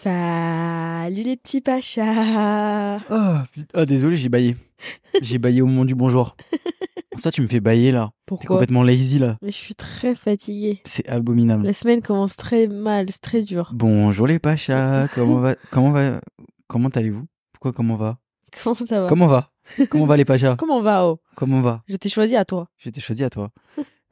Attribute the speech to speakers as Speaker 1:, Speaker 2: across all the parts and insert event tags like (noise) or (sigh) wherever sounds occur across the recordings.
Speaker 1: Salut les petits pachas
Speaker 2: Ah, put- ah, désolé, j'ai baillé. J'ai baillé au moment
Speaker 1: (laughs)
Speaker 2: du bonjour. Toi, tu me fais bailler là. T'es
Speaker 1: Pourquoi
Speaker 2: complètement lazy là.
Speaker 1: Mais je suis très fatiguée.
Speaker 2: C'est abominable.
Speaker 1: La semaine commence très mal, c'est très dur. (laughs)
Speaker 2: Bonjour les Pachas. Comment va Comment va Comment allez-vous Pourquoi Comment va
Speaker 1: Comment ça va (laughs)
Speaker 2: Comment va Comment va les Pachas
Speaker 1: Comment va oh
Speaker 2: Comment va
Speaker 1: Je t'ai choisi à toi.
Speaker 2: J'ai été choisi à toi.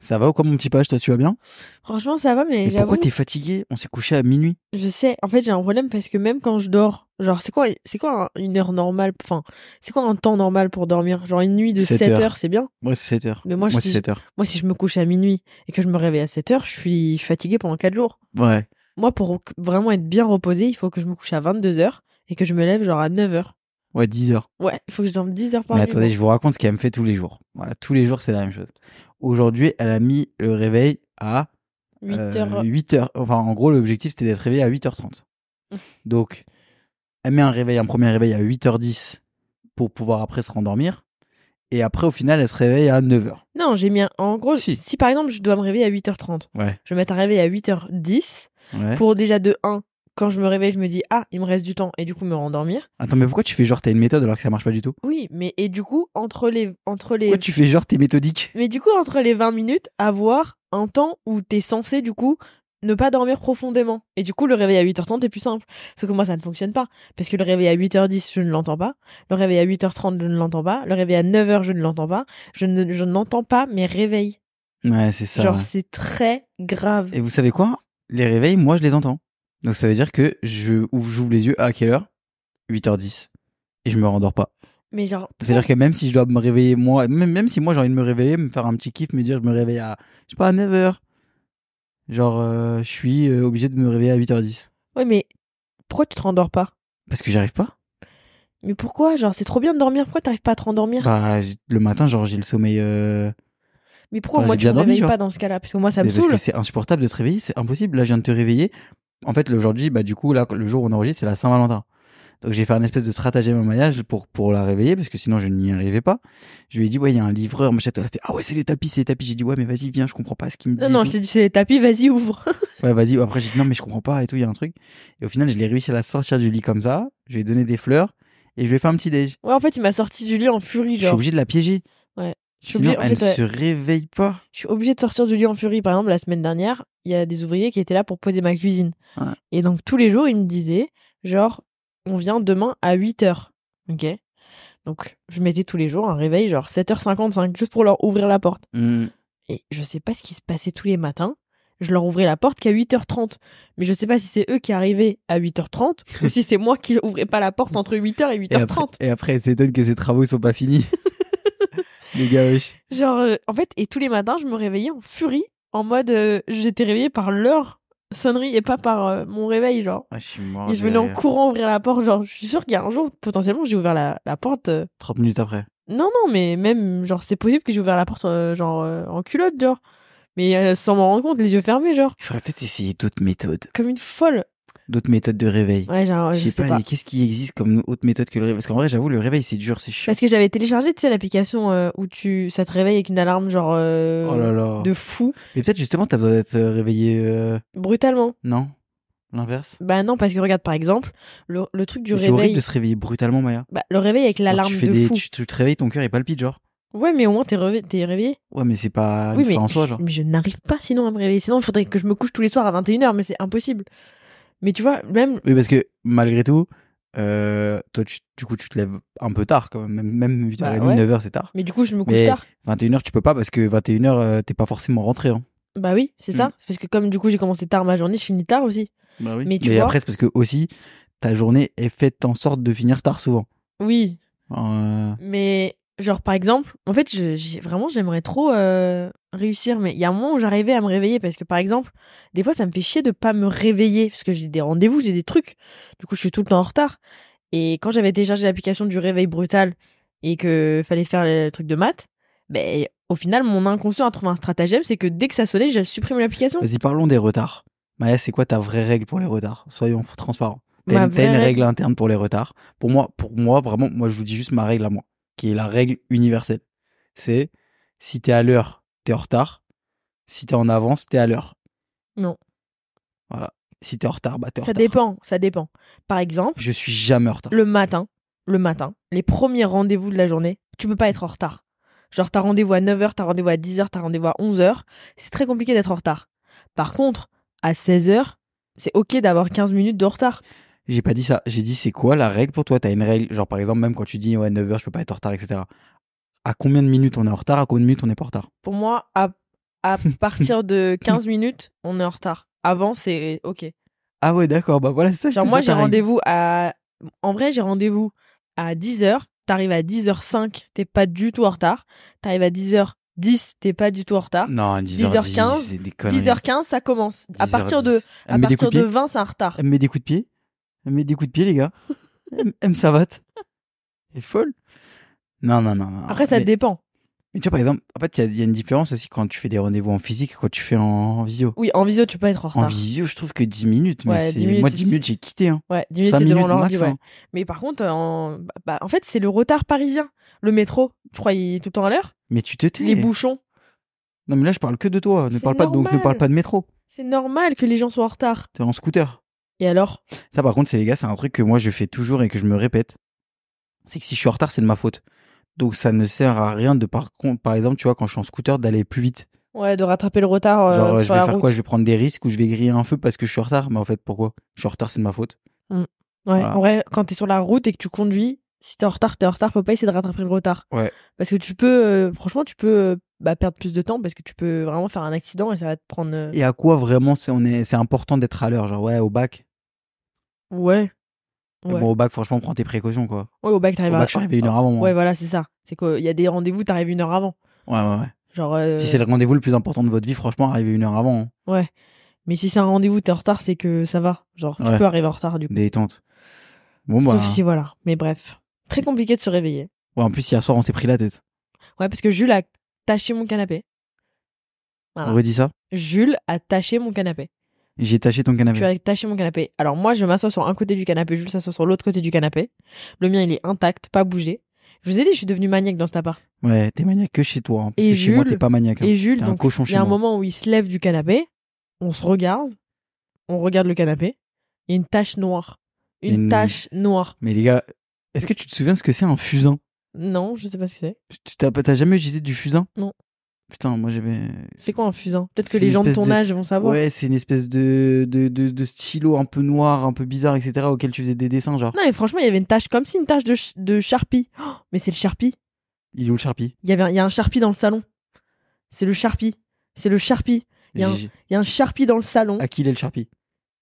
Speaker 2: Ça va ou quoi mon petit page Toi, tu vas bien
Speaker 1: Franchement, ça va, mais
Speaker 2: Mais
Speaker 1: j'avoue,
Speaker 2: pourquoi t'es fatigué On s'est couché à minuit.
Speaker 1: je sais. En fait, j'ai un problème parce que même quand je dors, genre, c'est quoi, c'est quoi un- une heure normale Enfin, c'est quoi un temps normal pour dormir Genre une nuit de
Speaker 2: Sept
Speaker 1: 7 heures,
Speaker 2: heures.
Speaker 1: c'est bien.
Speaker 2: Moi, c'est 7 heures.
Speaker 1: Mais moi, je
Speaker 2: c'est
Speaker 1: dis-
Speaker 2: 7 heures.
Speaker 1: Moi, si je me couche à minuit et que je me réveille à 7 heures, je suis fatiguée pendant 4 jours.
Speaker 2: Ouais.
Speaker 1: Moi, pour vraiment être bien reposée, il faut que je me couche à 22 heures et que je me lève genre à 9 heures.
Speaker 2: Ouais, 10 heures.
Speaker 1: Ouais, il faut que je dorme 10 heures par
Speaker 2: Mais
Speaker 1: nuit.
Speaker 2: attendez, je vous raconte ce qu'elle me fait tous les jours. Voilà, tous les jours, c'est la même chose. Aujourd'hui, elle a mis le réveil à
Speaker 1: 8
Speaker 2: Euh,
Speaker 1: heures.
Speaker 2: 8 heures. Enfin, en gros, l'objectif, c'était d'être réveillé à 8h30.
Speaker 1: Mmh.
Speaker 2: Donc, elle met un réveil, un premier réveil à 8h10 pour pouvoir après se rendormir. Et après, au final, elle se réveille à 9h.
Speaker 1: Non, j'ai mis un... En gros,
Speaker 2: Si.
Speaker 1: si. par exemple je dois me réveiller à 8h30,
Speaker 2: Ouais.
Speaker 1: je vais mettre un réveil à 8h10 pour déjà de 1, quand je me réveille, je me dis ah, il me reste du temps et du coup me rendormir.
Speaker 2: Attends, mais pourquoi tu fais genre t'as une méthode alors que ça marche pas du tout
Speaker 1: Oui, mais et du coup, entre les entre les
Speaker 2: Pourquoi tu fais genre t'es méthodique
Speaker 1: mais du coup entre les 20 minutes, avoir un temps où t'es censé du coup ne pas dormir profondément. Et du coup, le réveil à 8h30 est plus simple. Sauf que moi, ça ne fonctionne pas. Parce que le réveil à 8h10, je ne l'entends pas. Le réveil à 8h30, je ne l'entends pas. Le réveil à 9h, je ne l'entends pas. Je ne- je n'entends pas mes réveils.
Speaker 2: Ouais, c'est ça.
Speaker 1: Genre,
Speaker 2: ouais.
Speaker 1: c'est très grave.
Speaker 2: Et vous savez quoi Les réveils, moi, je les entends. Donc, ça veut dire que je ou- j'ouvre les yeux à quelle heure 8h10. Et je me rendors pas.
Speaker 1: Mais genre,
Speaker 2: C'est-à-dire que même si je dois me réveiller moi, même, même si moi j'ai envie de me réveiller, me faire un petit kiff, me dire je me réveille à, je sais pas, à 9h. Genre, euh, je suis euh, obligé de me réveiller à 8h10.
Speaker 1: ouais, mais pourquoi tu te rendors pas
Speaker 2: Parce que j'y arrive pas.
Speaker 1: Mais pourquoi Genre, c'est trop bien de dormir. Pourquoi t'arrives pas à te rendormir
Speaker 2: Bah, j'ai- le matin, genre, j'ai le sommeil. euh,
Speaker 1: Mais pourquoi
Speaker 2: bah,
Speaker 1: moi
Speaker 2: j'ai
Speaker 1: tu me
Speaker 2: bien dormi,
Speaker 1: réveilles
Speaker 2: genre.
Speaker 1: pas dans ce cas-là Parce que moi, ça me
Speaker 2: mais parce
Speaker 1: saoule.
Speaker 2: que c'est insupportable de te réveiller, c'est impossible. Là, je viens de te réveiller. En fait, là, aujourd'hui, bah, du coup, là, le jour où on enregistre, c'est la Saint-Valentin. Donc, j'ai fait un espèce de stratagème à maillage pour, pour la réveiller, parce que sinon, je n'y arrivais pas. Je lui ai dit, ouais, il y a un livreur, machin. Elle a fait, ah ouais, c'est les tapis, c'est les tapis. J'ai dit, ouais, mais vas-y, viens, je comprends pas ce qu'il me dit.
Speaker 1: Non,
Speaker 2: et
Speaker 1: non,
Speaker 2: tout.
Speaker 1: je t'ai dit, c'est les tapis, vas-y, ouvre. (laughs)
Speaker 2: Ouais, vas-y. Après, j'ai dit non, mais je comprends pas et tout, il y a un truc. Et au final, je l'ai réussi à la sortir du lit comme ça. Je lui ai donné des fleurs et je lui ai fait un petit déj.
Speaker 1: ouais, en fait, il m'a sorti du lit en furie,
Speaker 2: Je suis
Speaker 1: genre.
Speaker 2: obligé de la piéger.
Speaker 1: Je suis
Speaker 2: Sinon,
Speaker 1: obligée- en
Speaker 2: elle
Speaker 1: fait, ouais,
Speaker 2: se réveille pas.
Speaker 1: je suis obligée de sortir du lit en furie. Par exemple, la semaine dernière, il y a des ouvriers qui étaient là pour poser ma cuisine.
Speaker 2: Ouais.
Speaker 1: Et donc, tous les jours, ils me disaient, genre, on vient demain à 8h. Ok Donc, je mettais tous les jours un réveil, genre 7h55, juste pour leur ouvrir la porte.
Speaker 2: Mm.
Speaker 1: Et je sais pas ce qui se passait tous les matins. Je leur ouvrais la porte qu'à 8h30. Mais je sais pas si c'est eux qui arrivaient à 8h30 ou si c'est moi qui ouvrais pas la porte entre 8h et
Speaker 2: Et,
Speaker 1: 8h30.
Speaker 2: après, et après, elle s'étonne que ses travaux ils sont
Speaker 1: (laughs)
Speaker 2: pas finis. les gars, wesh.
Speaker 1: Genre, euh, en fait, et tous les matins, je me réveillais en furie, en mode euh, j'étais réveillée par leur sonnerie et pas par euh, mon réveil, genre.
Speaker 2: Ah, je suis mort.
Speaker 1: et
Speaker 2: de
Speaker 1: je venais en
Speaker 2: rire.
Speaker 1: courant ouvrir la porte, genre, je suis sûre qu'il y a un jour, potentiellement, j'ai ouvert la, la porte. euh,
Speaker 2: 30 minutes après.
Speaker 1: Non, non, mais même, genre, c'est possible que j'ai ouvert la porte, euh, genre, euh, en culotte, genre. Mais euh, sans m'en rendre compte, les yeux fermés, genre.
Speaker 2: Il faudrait peut-être essayer d'autres méthodes.
Speaker 1: Comme une folle.
Speaker 2: D'autres méthodes de réveil.
Speaker 1: Ouais, genre,
Speaker 2: je sais pas, mais qu'est-ce qui existe comme autre méthode que le réveil Parce qu'en vrai, j'avoue, le réveil, c'est dur, c'est chiant.
Speaker 1: Parce que j'avais téléchargé, tu sais, l'application euh, où tu, ça te réveille avec une alarme genre euh,
Speaker 2: Oh là là.
Speaker 1: de fou,
Speaker 2: Mais peut-être justement, t'as besoin d'être euh, réveillé. euh,
Speaker 1: brutalement.
Speaker 2: Non L'inverse
Speaker 1: Bah non, parce que regarde, par exemple, le, le truc du
Speaker 2: Mais C'est
Speaker 1: réveil,
Speaker 2: horrible de se réveiller brutalement, Maya.
Speaker 1: bah, le réveil avec
Speaker 2: Genre,
Speaker 1: l'alarme
Speaker 2: tu
Speaker 1: de
Speaker 2: fais des-
Speaker 1: fou.
Speaker 2: Tu, tu te réveilles, ton cœur il palpite, genre.
Speaker 1: Ouais, mais au moins t'es réveillé. T'es réveillé.
Speaker 2: Ouais, mais c'est pas Ah, une
Speaker 1: Oui,
Speaker 2: fin
Speaker 1: mais,
Speaker 2: en soi,
Speaker 1: je-
Speaker 2: genre.
Speaker 1: mais je n'arrive pas sinon à me réveiller. Sinon, il faudrait que je me couche tous les soirs à 21h, mais c'est impossible. Mais tu vois, même,
Speaker 2: Oui, parce que malgré tout, euh, toi, tu, du coup, tu te lèves un peu tard quand même. Même même 8h30,
Speaker 1: Bah ouais.
Speaker 2: 9h, c'est tard.
Speaker 1: mais du coup, je me couche
Speaker 2: Mais-
Speaker 1: tard.
Speaker 2: 21h, tu peux pas parce que 21h, euh, t'es pas forcément rentré. Hein.
Speaker 1: Bah oui, c'est ça.
Speaker 2: Mm.
Speaker 1: C'est parce que comme du coup, j'ai commencé tard ma journée, je finis tard aussi.
Speaker 2: Bah
Speaker 1: Mais tu
Speaker 2: Et
Speaker 1: vois-
Speaker 2: après, c'est parce que aussi, ta journée est faite en sorte de finir tard souvent.
Speaker 1: Oui,
Speaker 2: Euh,
Speaker 1: mais Genre, par exemple, en fait, je, j'ai- vraiment, j'aimerais trop euh, réussir, mais il y a un moment où j'arrivais à me réveiller parce que, par exemple, des fois, ça me fait chier de pas me réveiller parce que j'ai des rendez-vous, j'ai des trucs. Du coup, je suis tout le temps en retard. Et quand j'avais téléchargé l'application du réveil brutal et que fallait faire le truc de maths, ben, au final, mon inconscient a trouvé un stratagème, c'est que dès que ça sonnait, j'ai supprimé l'application.
Speaker 2: Vas-y, parlons des retards. Maya, c'est quoi ta vraie règle pour les retards Soyons transparents. T'as
Speaker 1: Ma
Speaker 2: une, t'as une
Speaker 1: vraie
Speaker 2: règle interne pour les retards. Pour moi, pour moi, vraiment, moi, je vous dis juste ma règle à moi, qui est la règle universelle. C'est si t'es à l'heure, t'es en retard. Si t'es en avance, t'es à l'heure.
Speaker 1: Non.
Speaker 2: Voilà. Si t'es en retard, bah t'es en
Speaker 1: Ça
Speaker 2: retard.
Speaker 1: dépend, ça dépend. Par exemple,
Speaker 2: Je suis jamais en retard.
Speaker 1: le matin, le matin, les premiers rendez-vous de la journée, tu peux pas être en retard. Genre, t'as rendez-vous à 9h, t'as rendez-vous à 10h, t'as rendez-vous à 11h. C'est très compliqué d'être en retard. Par contre, à 16h, c'est ok d'avoir 15 minutes de retard.
Speaker 2: J'ai pas dit ça. J'ai dit c'est quoi la règle pour toi T'as une règle, genre par exemple, même quand tu dis ouais 9h, je peux pas être en retard, etc. À combien de minutes on est en retard À combien de minutes on est pas en retard
Speaker 1: Pour moi, à, à partir de 15 minutes, on est en retard. Avant, c'est ok.
Speaker 2: Ah ouais, d'accord. Bah voilà, c'est ça.
Speaker 1: Genre,
Speaker 2: c'était
Speaker 1: moi,
Speaker 2: ça,
Speaker 1: j'ai
Speaker 2: ta règle.
Speaker 1: rendez-vous à. En vrai, j'ai rendez-vous à 10h. T'arrives à 10h05, t'es pas du tout en retard. T'arrives à 10h10, t'es pas du tout en retard.
Speaker 2: Non, 10h15,
Speaker 1: 10h15,
Speaker 2: c'est des conneries.
Speaker 1: 10h15, ça commence. À
Speaker 2: 10h10.
Speaker 1: partir de,
Speaker 2: Elle
Speaker 1: à
Speaker 2: me met des
Speaker 1: partir
Speaker 2: coups de
Speaker 1: de
Speaker 2: pied.
Speaker 1: 20, c'est un retard.
Speaker 2: Elle me met des coups de pied. Elle me met des coups de pied,
Speaker 1: (laughs)
Speaker 2: les gars. elle, elle me savate. Elle est folle. Non, non, non. non.
Speaker 1: Après, ça
Speaker 2: mais,
Speaker 1: dépend.
Speaker 2: mais tu vois, par exemple, en fait, il y a- il y, a une différence aussi quand tu fais des rendez-vous en physique et quand tu fais en, en visio.
Speaker 1: Oui, en visio, tu peux être en
Speaker 2: En
Speaker 1: retard.
Speaker 2: visio, je trouve que 10 minutes, mais
Speaker 1: Ouais,
Speaker 2: c'est-
Speaker 1: 10 minutes,
Speaker 2: moi,
Speaker 1: c'est-
Speaker 2: 10 minutes, j'ai quitté. Hein.
Speaker 1: Ouais, 10 minutes,
Speaker 2: 5
Speaker 1: t'es
Speaker 2: minutes
Speaker 1: devant l'ordi,
Speaker 2: max,
Speaker 1: ouais.
Speaker 2: hein.
Speaker 1: Mais par contre, en, bah, bah, en fait, c'est le retard parisien. Le métro, tu crois, il est tout le temps à l'heure
Speaker 2: Mais tu te tais.
Speaker 1: Les bouchons.
Speaker 2: Non, mais là, je parle que de toi. Ne
Speaker 1: C'est
Speaker 2: parle pas, de- donc, ne
Speaker 1: normal.
Speaker 2: parle pas de métro.
Speaker 1: C'est normal que les gens soient en retard.
Speaker 2: T'es en scooter.
Speaker 1: Et alors
Speaker 2: Ça, par contre, c'est les gars, c'est un truc que moi je fais toujours et que je me répète. C'est que si je suis en retard, c'est de ma faute. Donc ça ne sert à rien de par contre, par exemple, tu vois, quand je suis en scooter, d'aller plus vite.
Speaker 1: Ouais, de rattraper le retard euh,
Speaker 2: Genre, euh, je vais
Speaker 1: sur la
Speaker 2: faire
Speaker 1: route.
Speaker 2: quoi Je vais prendre des risques ou je vais griller un feu parce que je suis en retard. Mais en fait, pourquoi Je suis en retard, c'est de ma faute.
Speaker 1: Ouais,
Speaker 2: Voilà.
Speaker 1: en vrai, quand t'es sur la route et que tu conduis, si t'es en retard, t'es en retard, faut pas essayer de rattraper le retard.
Speaker 2: Ouais.
Speaker 1: Parce que tu peux, euh, franchement, tu peux euh, bah, perdre plus de temps parce que tu peux vraiment faire un accident et ça va te prendre. euh,
Speaker 2: Et à quoi vraiment c'est on est, c'est important d'être à l'heure Genre, ouais, au bac.
Speaker 1: Ouais. Ouais.
Speaker 2: Bon, au bac, franchement, prends tes précautions, quoi.
Speaker 1: Ouais, au bac,
Speaker 2: Au
Speaker 1: t'arrives à.
Speaker 2: bac, je suis arrivé une heure avant. moi.
Speaker 1: Ouais, bah, voilà, c'est ça. C'est qu'il y a des rendez-vous, t'arrives une heure avant.
Speaker 2: ouais, ouais, ouais.
Speaker 1: Genre. euh,
Speaker 2: Si c'est le rendez-vous le plus important de votre vie, franchement, arrivez une heure avant. hein.
Speaker 1: Ouais. Mais si c'est un rendez-vous, t'es en retard, c'est que ça va. Genre, tu
Speaker 2: Ouais.
Speaker 1: peux arriver en retard du coup.
Speaker 2: Détente. Bon, bah.
Speaker 1: Sauf si voilà. Mais bref. Très compliqué de se réveiller.
Speaker 2: ouais, en plus, hier soir, on s'est pris la tête.
Speaker 1: Ouais, parce que Jules a taché mon canapé. Voilà.
Speaker 2: On redit ça
Speaker 1: Jules a taché mon canapé.
Speaker 2: J'ai taché ton canapé.
Speaker 1: Tu as taché mon canapé. Alors moi, je m'assois sur un côté du canapé, Jules s'assoit sur l'autre côté du canapé. Le mien, il est intact, pas bougé. Je vous ai dit, je suis devenue maniaque dans cet appart.
Speaker 2: Ouais, t'es maniaque que chez toi. hein, parce
Speaker 1: Et
Speaker 2: que chez moi,
Speaker 1: Jules-
Speaker 2: t'es pas maniaque. hein.
Speaker 1: Et Jules,
Speaker 2: T'es un
Speaker 1: donc,
Speaker 2: cochon
Speaker 1: il
Speaker 2: chez
Speaker 1: y a un
Speaker 2: moi.
Speaker 1: moment où il se lève du canapé, on se regarde, on regarde le canapé, il y a une tache noire. Une
Speaker 2: Une-
Speaker 1: tache noire.
Speaker 2: Mais les gars, est-ce que tu te souviens ce que c'est un fusain
Speaker 1: Non, je sais pas ce que c'est.
Speaker 2: Tu- T'as t'as jamais utilisé du fusain
Speaker 1: Non.
Speaker 2: Putain, moi j'avais.
Speaker 1: C'est quoi un fusain Peut-être que
Speaker 2: C'est
Speaker 1: les
Speaker 2: une
Speaker 1: gens de
Speaker 2: espèce
Speaker 1: ton
Speaker 2: de-
Speaker 1: âge vont savoir.
Speaker 2: Ouais, c'est une espèce de, de, de, de stylo un peu noir, un peu bizarre, etc. auquel tu faisais des dessins, genre.
Speaker 1: Non, mais franchement, il y avait une tache comme si une tache de, ch- de Sharpie. Oh, mais c'est le Sharpie.
Speaker 2: Il est où le Sharpie
Speaker 1: Il y, avait un- il y a un Sharpie dans le salon. C'est le Sharpie. C'est le Sharpie. Il y a un-
Speaker 2: J'ai-
Speaker 1: Il y a un Sharpie dans le salon.
Speaker 2: À qui il est le Sharpie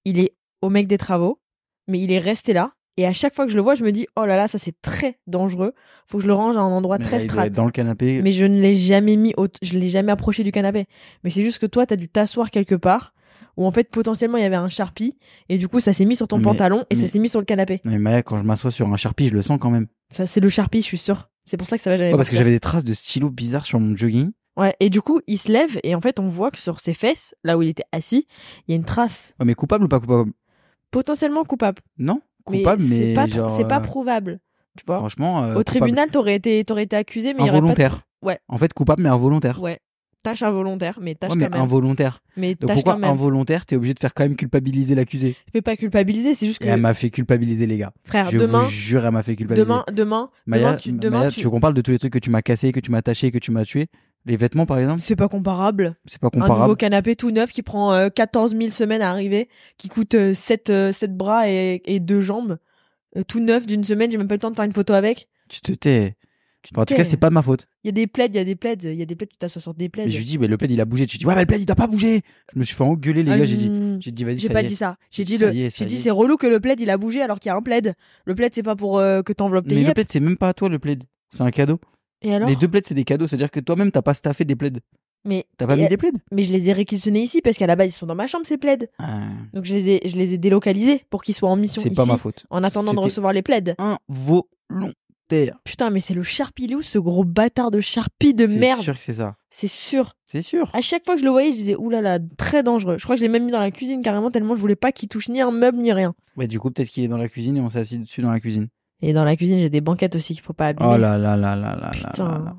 Speaker 1: Il est au mec des travaux, mais il est resté là. Et à chaque fois que je le vois, je me dis Oh là là, ça c'est très dangereux. Faut que je le range à un endroit
Speaker 2: Mais
Speaker 1: très
Speaker 2: là, il doit
Speaker 1: strat.
Speaker 2: être Dans le canapé.
Speaker 1: Mais je ne l'ai jamais mis, au- je l'ai jamais approché du canapé. Mais c'est juste que toi, t'as dû t'asseoir quelque part où en fait potentiellement il y avait un Sharpie et du coup ça s'est mis sur ton
Speaker 2: Mais-
Speaker 1: pantalon et
Speaker 2: mais-
Speaker 1: ça s'est mis sur le canapé.
Speaker 2: Non, mais Maya, quand je m'assois sur un Sharpie, je le sens quand même.
Speaker 1: Ça c'est le Sharpie, je suis sûre. C'est pour ça que ça va jamais.
Speaker 2: Ouais, parce que
Speaker 1: partir.
Speaker 2: j'avais des traces de stylo bizarres sur mon jogging.
Speaker 1: Ouais, et du coup, il se lève et en fait, on voit que sur ses fesses, là où il était assis, il y a une trace
Speaker 2: Ouais, mais coupable ou pas coupable
Speaker 1: potentiellement coupable.
Speaker 2: Non Coupable, mais,
Speaker 1: c'est pas, tr-
Speaker 2: genre.
Speaker 1: c'est pas
Speaker 2: euh,
Speaker 1: prouvable. Tu vois.
Speaker 2: Franchement. euh,
Speaker 1: Au
Speaker 2: coupable.
Speaker 1: tribunal, t'aurais été, t'aurais été accusé, mais il y aurait pas.
Speaker 2: Involontaire.
Speaker 1: de- Ouais.
Speaker 2: En fait, coupable, mais involontaire.
Speaker 1: de- Ouais. Tâche involontaire, mais tâche
Speaker 2: Ouais, mais
Speaker 1: quand même.
Speaker 2: involontaire.
Speaker 1: Mais
Speaker 2: Donc
Speaker 1: tâche
Speaker 2: pourquoi
Speaker 1: quand même.
Speaker 2: involontaire T'es obligé de faire quand même culpabiliser l'accusé.
Speaker 1: Je vais pas culpabiliser, c'est juste
Speaker 2: Et elle
Speaker 1: que
Speaker 2: Eh, m'a fait culpabiliser, les gars.
Speaker 1: frère,
Speaker 2: je
Speaker 1: demain,
Speaker 2: vous jure, elle m'a fait culpabiliser.
Speaker 1: demain, demain,
Speaker 2: Maya,
Speaker 1: demain, tu,
Speaker 2: M-
Speaker 1: demain,
Speaker 2: Maya,
Speaker 1: tu-
Speaker 2: tu veux qu'on parle de tous les trucs que tu m'as cassé, que tu m'as taché, que tu m'as tué Les vêtements, par exemple,
Speaker 1: c'est pas comparable.
Speaker 2: c'est pas
Speaker 1: Un nouveau
Speaker 2: comparable.
Speaker 1: canapé tout neuf qui prend euh, 14 000 semaines à arriver, qui coûte euh, 7, bras et, et deux jambes, Euh, tout neuf d'une semaine, j'ai même pas le temps de faire une photo avec.
Speaker 2: Tu te tais. Enfin, en tout
Speaker 1: tais.
Speaker 2: cas, c'est pas de ma faute.
Speaker 1: Il y a des plaides, il y a des plaides, il y a des plaides, tu t'assois sur des plaides.
Speaker 2: Et je lui dis, mais le plaid, il a bougé. Tu dis, ouais, mais le plaid, il doit pas bouger. Je me suis fait engueuler, les
Speaker 1: Ah,
Speaker 2: gars. J'ai dit,
Speaker 1: hmm,
Speaker 2: j'ai dit, vas-y,
Speaker 1: J'ai
Speaker 2: ça
Speaker 1: pas
Speaker 2: y est.
Speaker 1: dit ça. J'ai
Speaker 2: Ça
Speaker 1: dit le,
Speaker 2: y est, ça
Speaker 1: j'ai
Speaker 2: y
Speaker 1: dit
Speaker 2: est.
Speaker 1: c'est relou que le plaid il a bougé alors qu'il y a un plaid. Le plaid c'est pas pour euh, que t'enveloppes tes
Speaker 2: Mais le
Speaker 1: yeux.
Speaker 2: plaid, c'est même pas à toi, le plaid. C'est un cadeau.
Speaker 1: Et alors
Speaker 2: Les deux plaids, c'est des cadeaux. C'est-à-dire que toi-même, t'as pas staffé des plaids.
Speaker 1: mais,
Speaker 2: T'as pas
Speaker 1: et-
Speaker 2: mis des plaids
Speaker 1: mais je les ai réquisitionnés ici parce qu'à la base, ils sont dans ma chambre, ces plaides.
Speaker 2: Ah,
Speaker 1: Donc je les ai, je les ai délocalisés pour qu'ils soient en mission
Speaker 2: C'est
Speaker 1: ici
Speaker 2: pas ma faute.
Speaker 1: en attendant de
Speaker 2: C'était
Speaker 1: recevoir les plaides.
Speaker 2: Involontaire.
Speaker 1: Putain, mais c'est le charpilou, ce gros bâtard de charpie de merde.
Speaker 2: C'est sûr que c'est ça.
Speaker 1: C'est sûr.
Speaker 2: C'est sûr.
Speaker 1: À chaque fois que je le voyais, je disais, oulala, très dangereux. Je crois que je l'ai même mis dans la cuisine carrément tellement je voulais pas qu'il touche ni un meuble ni rien.
Speaker 2: Ouais, Bah, du coup, peut-être qu'il est dans la cuisine et on s'est assis dessus dans la cuisine.
Speaker 1: Et dans la cuisine, j'ai des banquettes aussi qu'il faut pas abîmer.
Speaker 2: Oh là là là là là là là là.
Speaker 1: Putain.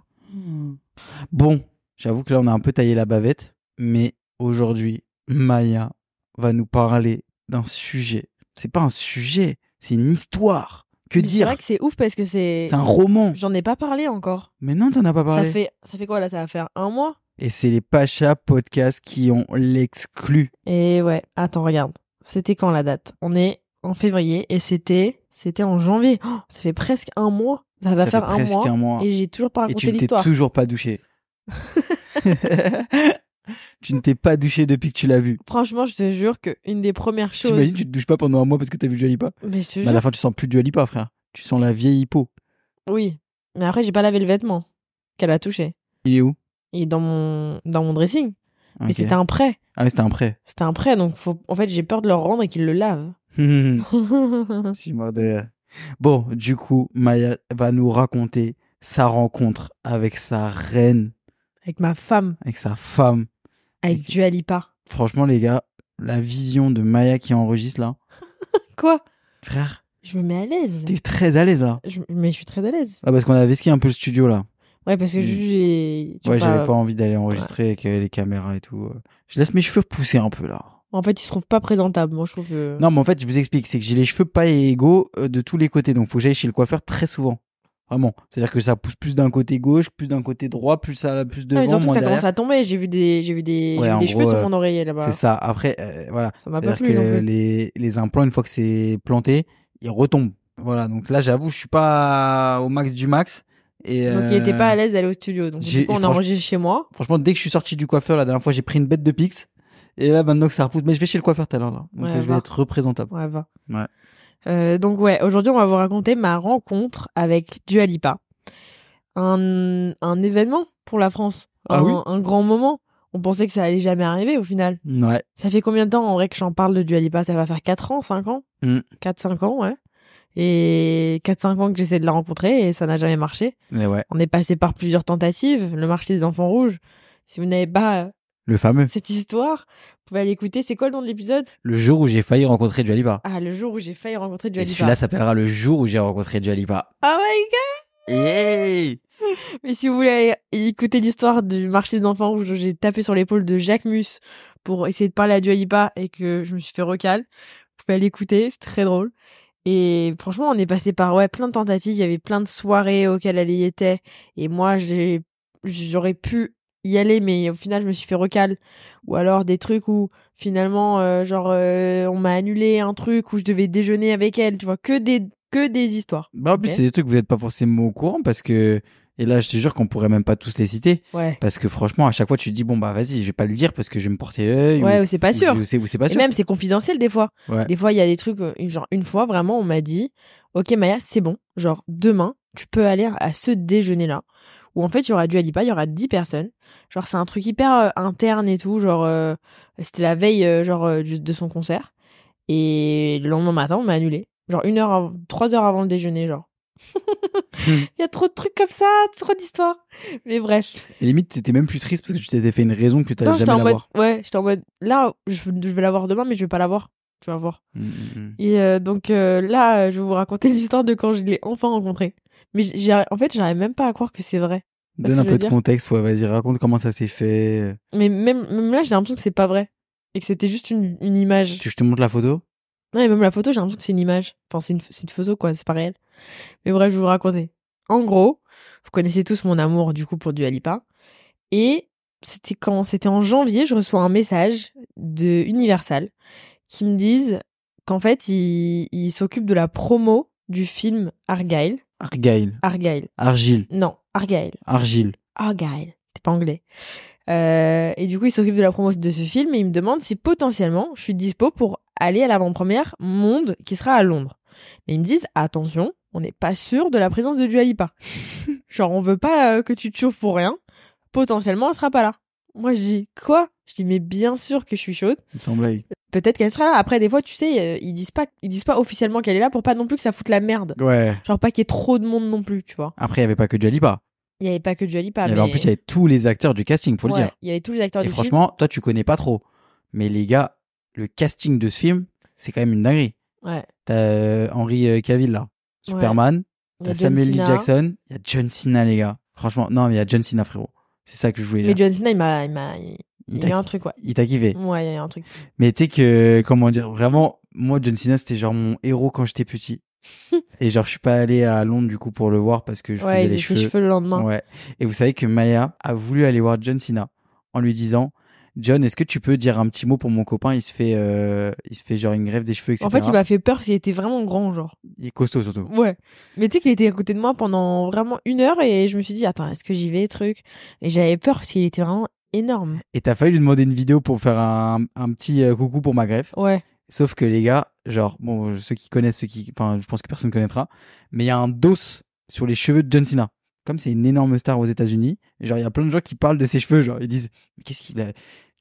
Speaker 2: Bon, j'avoue que là, on a un peu taillé la bavette, mais aujourd'hui, Maya va nous parler d'un sujet. C'est pas un sujet, c'est une histoire. Que
Speaker 1: Mais C'est
Speaker 2: dire
Speaker 1: vrai que c'est ouf parce que c'est.
Speaker 2: C'est un roman.
Speaker 1: J'en ai pas parlé encore.
Speaker 2: Mais non, t'en as pas parlé.
Speaker 1: Ça fait, ça fait quoi là Ça va faire un mois
Speaker 2: Et c'est les Pacha Podcasts qui ont l'exclu.
Speaker 1: Et ouais, attends, regarde. C'était quand la date On est en février et c'était c'était en janvier. Oh, ça fait presque un mois. Ça va
Speaker 2: Ça
Speaker 1: faire
Speaker 2: fait
Speaker 1: un
Speaker 2: presque
Speaker 1: mois,
Speaker 2: un mois.
Speaker 1: et j'ai toujours pas
Speaker 2: Et
Speaker 1: raconté
Speaker 2: tu ne t'es
Speaker 1: l'histoire.
Speaker 2: toujours pas
Speaker 1: (laughs)
Speaker 2: douché. tu ne t'es pas douché depuis que tu l'as vu.
Speaker 1: Franchement, je te jure que une des premières choses.
Speaker 2: T'imagines, tu te douches pas pendant un mois parce que t'as vu Dualipa.
Speaker 1: Mais je te
Speaker 2: Mais
Speaker 1: jure.
Speaker 2: à la fin, tu sens plus Dualipa, frère. Tu sens la vieille hippo.
Speaker 1: Oui. Mais après, j'ai pas lavé le vêtement qu'elle a touché.
Speaker 2: Il est où
Speaker 1: Il est dans mon dans mon dressing. Mais
Speaker 2: Ok.
Speaker 1: c'était un prêt.
Speaker 2: Ah, mais c'était un
Speaker 1: (laughs)
Speaker 2: prêt.
Speaker 1: C'était un prêt, donc faut... en fait, j'ai peur de le rendre et qu'il le
Speaker 2: (laughs)
Speaker 1: lave.
Speaker 2: Je suis mort de rire. Bon, du coup, Maya va nous raconter sa rencontre avec sa reine,
Speaker 1: avec ma femme,
Speaker 2: avec sa femme.
Speaker 1: avec Dualipa.
Speaker 2: Franchement, les gars, la vision de Maya qui enregistre là,
Speaker 1: Quoi
Speaker 2: frère,
Speaker 1: Je me mets à l'aise.
Speaker 2: t'es très à l'aise là.
Speaker 1: Je- Mais je suis très à l'aise.
Speaker 2: Ah, parce qu'on a vesqué un peu le studio là.
Speaker 1: Ouais, parce que
Speaker 2: Mm.
Speaker 1: j'ai. tu vois,
Speaker 2: ouais, j'avais pas envie d'aller enregistrer avec euh, les caméras et tout. euh. Je laisse mes cheveux pousser un peu là.
Speaker 1: En fait, il se trouve pas présentable. Moi, je trouve que. Ah,
Speaker 2: Non, mais en fait, je vous explique, c'est que j'ai les cheveux pas égaux euh, de tous les côtés, donc faut que j'aille chez le coiffeur très souvent. Vraiment. C'est-à-dire que ça pousse plus d'un côté gauche, plus d'un côté droit, plus ça, plus
Speaker 1: Ah,
Speaker 2: devant,
Speaker 1: mais surtout que
Speaker 2: moins
Speaker 1: ça
Speaker 2: derrière.
Speaker 1: commence à tomber. J'ai vu des, j'ai vu des,
Speaker 2: Ouais,
Speaker 1: j'ai vu
Speaker 2: en
Speaker 1: des
Speaker 2: gros,
Speaker 1: cheveux sur
Speaker 2: euh,
Speaker 1: mon oreiller là-bas.
Speaker 2: C'est ça. Après, euh, voilà.
Speaker 1: Ça m'a pas
Speaker 2: C'est-à-dire
Speaker 1: plu euh, non
Speaker 2: que
Speaker 1: plus.
Speaker 2: les, les implants, une fois que c'est planté, ils retombent. Voilà. Donc là, j'avoue, je suis pas au max du max. Et,
Speaker 1: Donc, il était
Speaker 2: euh,
Speaker 1: pas à l'aise d'aller au studio. Donc,
Speaker 2: j'ai-
Speaker 1: du coup, on a
Speaker 2: franchement-
Speaker 1: enregistré chez moi.
Speaker 2: Franchement, dès que je suis sorti du coiffeur, la dernière fois, j'ai pris une bête de pix. Et là, maintenant que ça repousse, mais je vais chez le coiffeur tout à l'heure, là. Donc,
Speaker 1: Ouais, bah.
Speaker 2: euh, je vais
Speaker 1: va.
Speaker 2: être représentable.
Speaker 1: Ouais, va.
Speaker 2: Ouais.
Speaker 1: Euh, donc ouais, aujourd'hui on va vous raconter ma rencontre avec Dualipa. Un, un événement pour la France,
Speaker 2: Ah
Speaker 1: un,
Speaker 2: oui
Speaker 1: un grand moment. On pensait que ça allait jamais arriver au final.
Speaker 2: Ouais.
Speaker 1: Ça fait combien de temps en vrai que j'en parle de Dualipa Ça va faire 4 ans, 5 ans
Speaker 2: Mm.
Speaker 1: 4-5 ans, ouais. Et 4-5 ans que j'essaie de la rencontrer et ça n'a jamais marché.
Speaker 2: Mais ouais.
Speaker 1: On est passé par plusieurs tentatives, le marché des enfants rouges. Si vous n'avez pas euh,
Speaker 2: Le fameux.
Speaker 1: (laughs) cette histoire, vous pouvez aller écouter. C'est quoi le nom de l'épisode
Speaker 2: Le jour où j'ai failli rencontrer Dualipa.
Speaker 1: Ah, le jour où j'ai failli rencontrer
Speaker 2: Et
Speaker 1: Dualipa.
Speaker 2: celui-là s'appellera le jour où j'ai rencontré Dualipa.
Speaker 1: Oh my god
Speaker 2: Yay
Speaker 1: Mais si vous voulez aller écouter l'histoire du marché des enfants où j'ai tapé sur l'épaule de Jacques Mus pour essayer de parler à Dualipa et que je me suis fait recal, vous pouvez aller écouter, c'est très drôle. Et franchement, on est passé par ouais, plein de tentatives, il y avait plein de soirées auxquelles elle y était et moi j'ai j'aurais pu y aller mais au final je me suis fait recal ou alors des trucs où finalement euh, genre euh, on m'a annulé un truc où je devais déjeuner avec elle, tu vois, que des que des histoires.
Speaker 2: Bah, en plus,
Speaker 1: Ok.
Speaker 2: c'est des trucs que vous n'êtes pas forcément au courant parce que. Et là, je te jure qu'on pourrait même pas tous les citer.
Speaker 1: Ouais.
Speaker 2: Parce que franchement, à chaque fois, tu te dis, bon, bah, vas-y, je vais pas le dire parce que je vais me porter l'œil.
Speaker 1: Ouais,
Speaker 2: ou,
Speaker 1: ou c'est pas
Speaker 2: ou
Speaker 1: sûr.
Speaker 2: je- ou c'est ou c'est pas
Speaker 1: Et
Speaker 2: sûr.
Speaker 1: même, c'est confidentiel des fois.
Speaker 2: Ouais.
Speaker 1: Des fois, il y a des trucs, euh, genre une fois, vraiment, on m'a dit Ok, Maya, c'est bon. Genre, demain, tu peux aller à ce déjeuner-là. Où en fait, il y aura du Alipa, il y aura 10 personnes. Genre, c'est un truc hyper euh, interne et tout. Genre, euh, c'était la veille euh, genre, euh, du- de son concert. Et le lendemain matin, on m'a annulé. Genre, une heure, av- trois heures avant le déjeuner, genre.
Speaker 2: (laughs)
Speaker 1: Il y a trop de trucs comme ça, trop d'histoires. Mais bref.
Speaker 2: Et limite, t'étais même plus triste parce que tu t'étais fait une raison que
Speaker 1: Non,
Speaker 2: t'allais
Speaker 1: j'étais
Speaker 2: jamais
Speaker 1: en mode,
Speaker 2: l'avoir.
Speaker 1: ouais, j'étais en mode, là, je, je vais l'avoir demain, mais je vais pas l'avoir. Tu vas voir.
Speaker 2: Mm, mm, mm.
Speaker 1: Et euh, donc euh, là, euh, je vais vous raconter (laughs) l'histoire de quand je l'ai enfin rencontré. Mais j- j'ai- en fait, j'arrive même pas à croire que c'est vrai.
Speaker 2: Donne
Speaker 1: que
Speaker 2: un
Speaker 1: je
Speaker 2: peu
Speaker 1: veux
Speaker 2: de
Speaker 1: Bah, dire
Speaker 2: contexte, ouais, vas-y, raconte comment ça s'est fait.
Speaker 1: Mais même, même là, j'ai l'impression que c'est pas vrai. Et que c'était juste une, une image.
Speaker 2: Tu, je te montre la photo
Speaker 1: Non, et même la photo, j'ai l'impression que c'est une image. Enfin, c'est une, c'est une photo, quoi, c'est pas réel. Mais bref, je vais vous raconter. En gros, vous connaissez tous mon amour, du coup, pour du Alipa. Et c'était quand C'était en janvier, je reçois un message de Universal qui me disent qu'en fait, ils ils s'occupent de la promo du film Argyle.
Speaker 2: Argyle.
Speaker 1: Argyle.
Speaker 2: Argile.
Speaker 1: Non, Argyle.
Speaker 2: Argile.
Speaker 1: Argyle. T'es pas anglais. Euh, et du coup, il s'occupe de la promotion de ce film et il me demande si potentiellement je suis dispo pour aller à l'avant-première Monde qui sera à Londres. Mais ils me disent attention, on n'est pas sûr de la présence de Dualipa. Genre, on veut pas euh, que tu te chauffes pour rien. Potentiellement, elle sera pas là. Moi, je dis quoi Je dis mais bien sûr que je suis chaude.
Speaker 2: Il me semblait.
Speaker 1: Peut-être qu'elle sera là. Après, des fois, tu sais, euh, ils disent pas, ils disent pas officiellement qu'elle est là pour pas non plus que ça foute la merde.
Speaker 2: Ouais.
Speaker 1: Genre pas qu'il y ait trop de monde non plus, tu vois.
Speaker 2: Après, il n'y avait pas que Jalipa.
Speaker 1: Il y avait pas que Dualipa.
Speaker 2: il y avait, En plus, il y avait tous les acteurs du casting, faut le dire.
Speaker 1: Il y avait tous les acteurs
Speaker 2: Et
Speaker 1: Ah, du
Speaker 2: franchement, toi, tu connais pas trop. Mais les gars, le casting de ce film, c'est quand même une dinguerie.
Speaker 1: film. Ouais.
Speaker 2: T'as euh, Henry euh, Cavill, là. Superman.
Speaker 1: Il y a
Speaker 2: T'as
Speaker 1: John
Speaker 2: Samuel Lee
Speaker 1: Cena.
Speaker 2: Jackson. Il y a John Cena, les gars. Franchement, non, mais il y a John Cena, frérot. C'est ça que je voulais
Speaker 1: Mais
Speaker 2: dire.
Speaker 1: John Cena, il m'a, il m'a, il,
Speaker 2: Il
Speaker 1: il
Speaker 2: t'a
Speaker 1: y a un
Speaker 2: ki-
Speaker 1: truc, ouais.
Speaker 2: il t'a kiffé.
Speaker 1: Ouais, il y a un truc.
Speaker 2: Mais tu sais que, comment dire, vraiment, moi, John Cena, c'était genre mon héros quand
Speaker 1: (laughs)
Speaker 2: j'étais petit. Et genre, je suis pas allé à Londres, du coup, pour le voir parce que je
Speaker 1: ouais,
Speaker 2: faisais
Speaker 1: il
Speaker 2: les
Speaker 1: a ses
Speaker 2: cheveux.
Speaker 1: cheveux le lendemain.
Speaker 2: Ouais. Et vous savez que Maya a voulu aller voir John Cena en lui disant John, est-ce que tu peux dire un petit mot pour mon copain Il se fait, euh, il se fait genre une grève des cheveux, etc.
Speaker 1: En fait, il m'a fait peur parce qu'il était vraiment grand, genre.
Speaker 2: Il est costaud surtout.
Speaker 1: Ouais. Mais tu sais qu'il était à côté de moi pendant vraiment une heure et je me suis dit, attends, est-ce que j'y vais, truc Et j'avais peur parce qu'il était vraiment énorme.
Speaker 2: Et t'as failli lui demander une vidéo pour faire un, un petit euh, coucou pour ma greffe.
Speaker 1: Ouais.
Speaker 2: Sauf que les gars, genre, bon, ceux qui connaissent, ceux qui, enfin, je pense que personne connaîtra, mais il y a un dos sur les cheveux de John Cena. Comme c'est une énorme star aux États-Unis, genre, il y a plein de gens qui parlent de ses cheveux, genre, ils disent, mais qu'est-ce qu'il a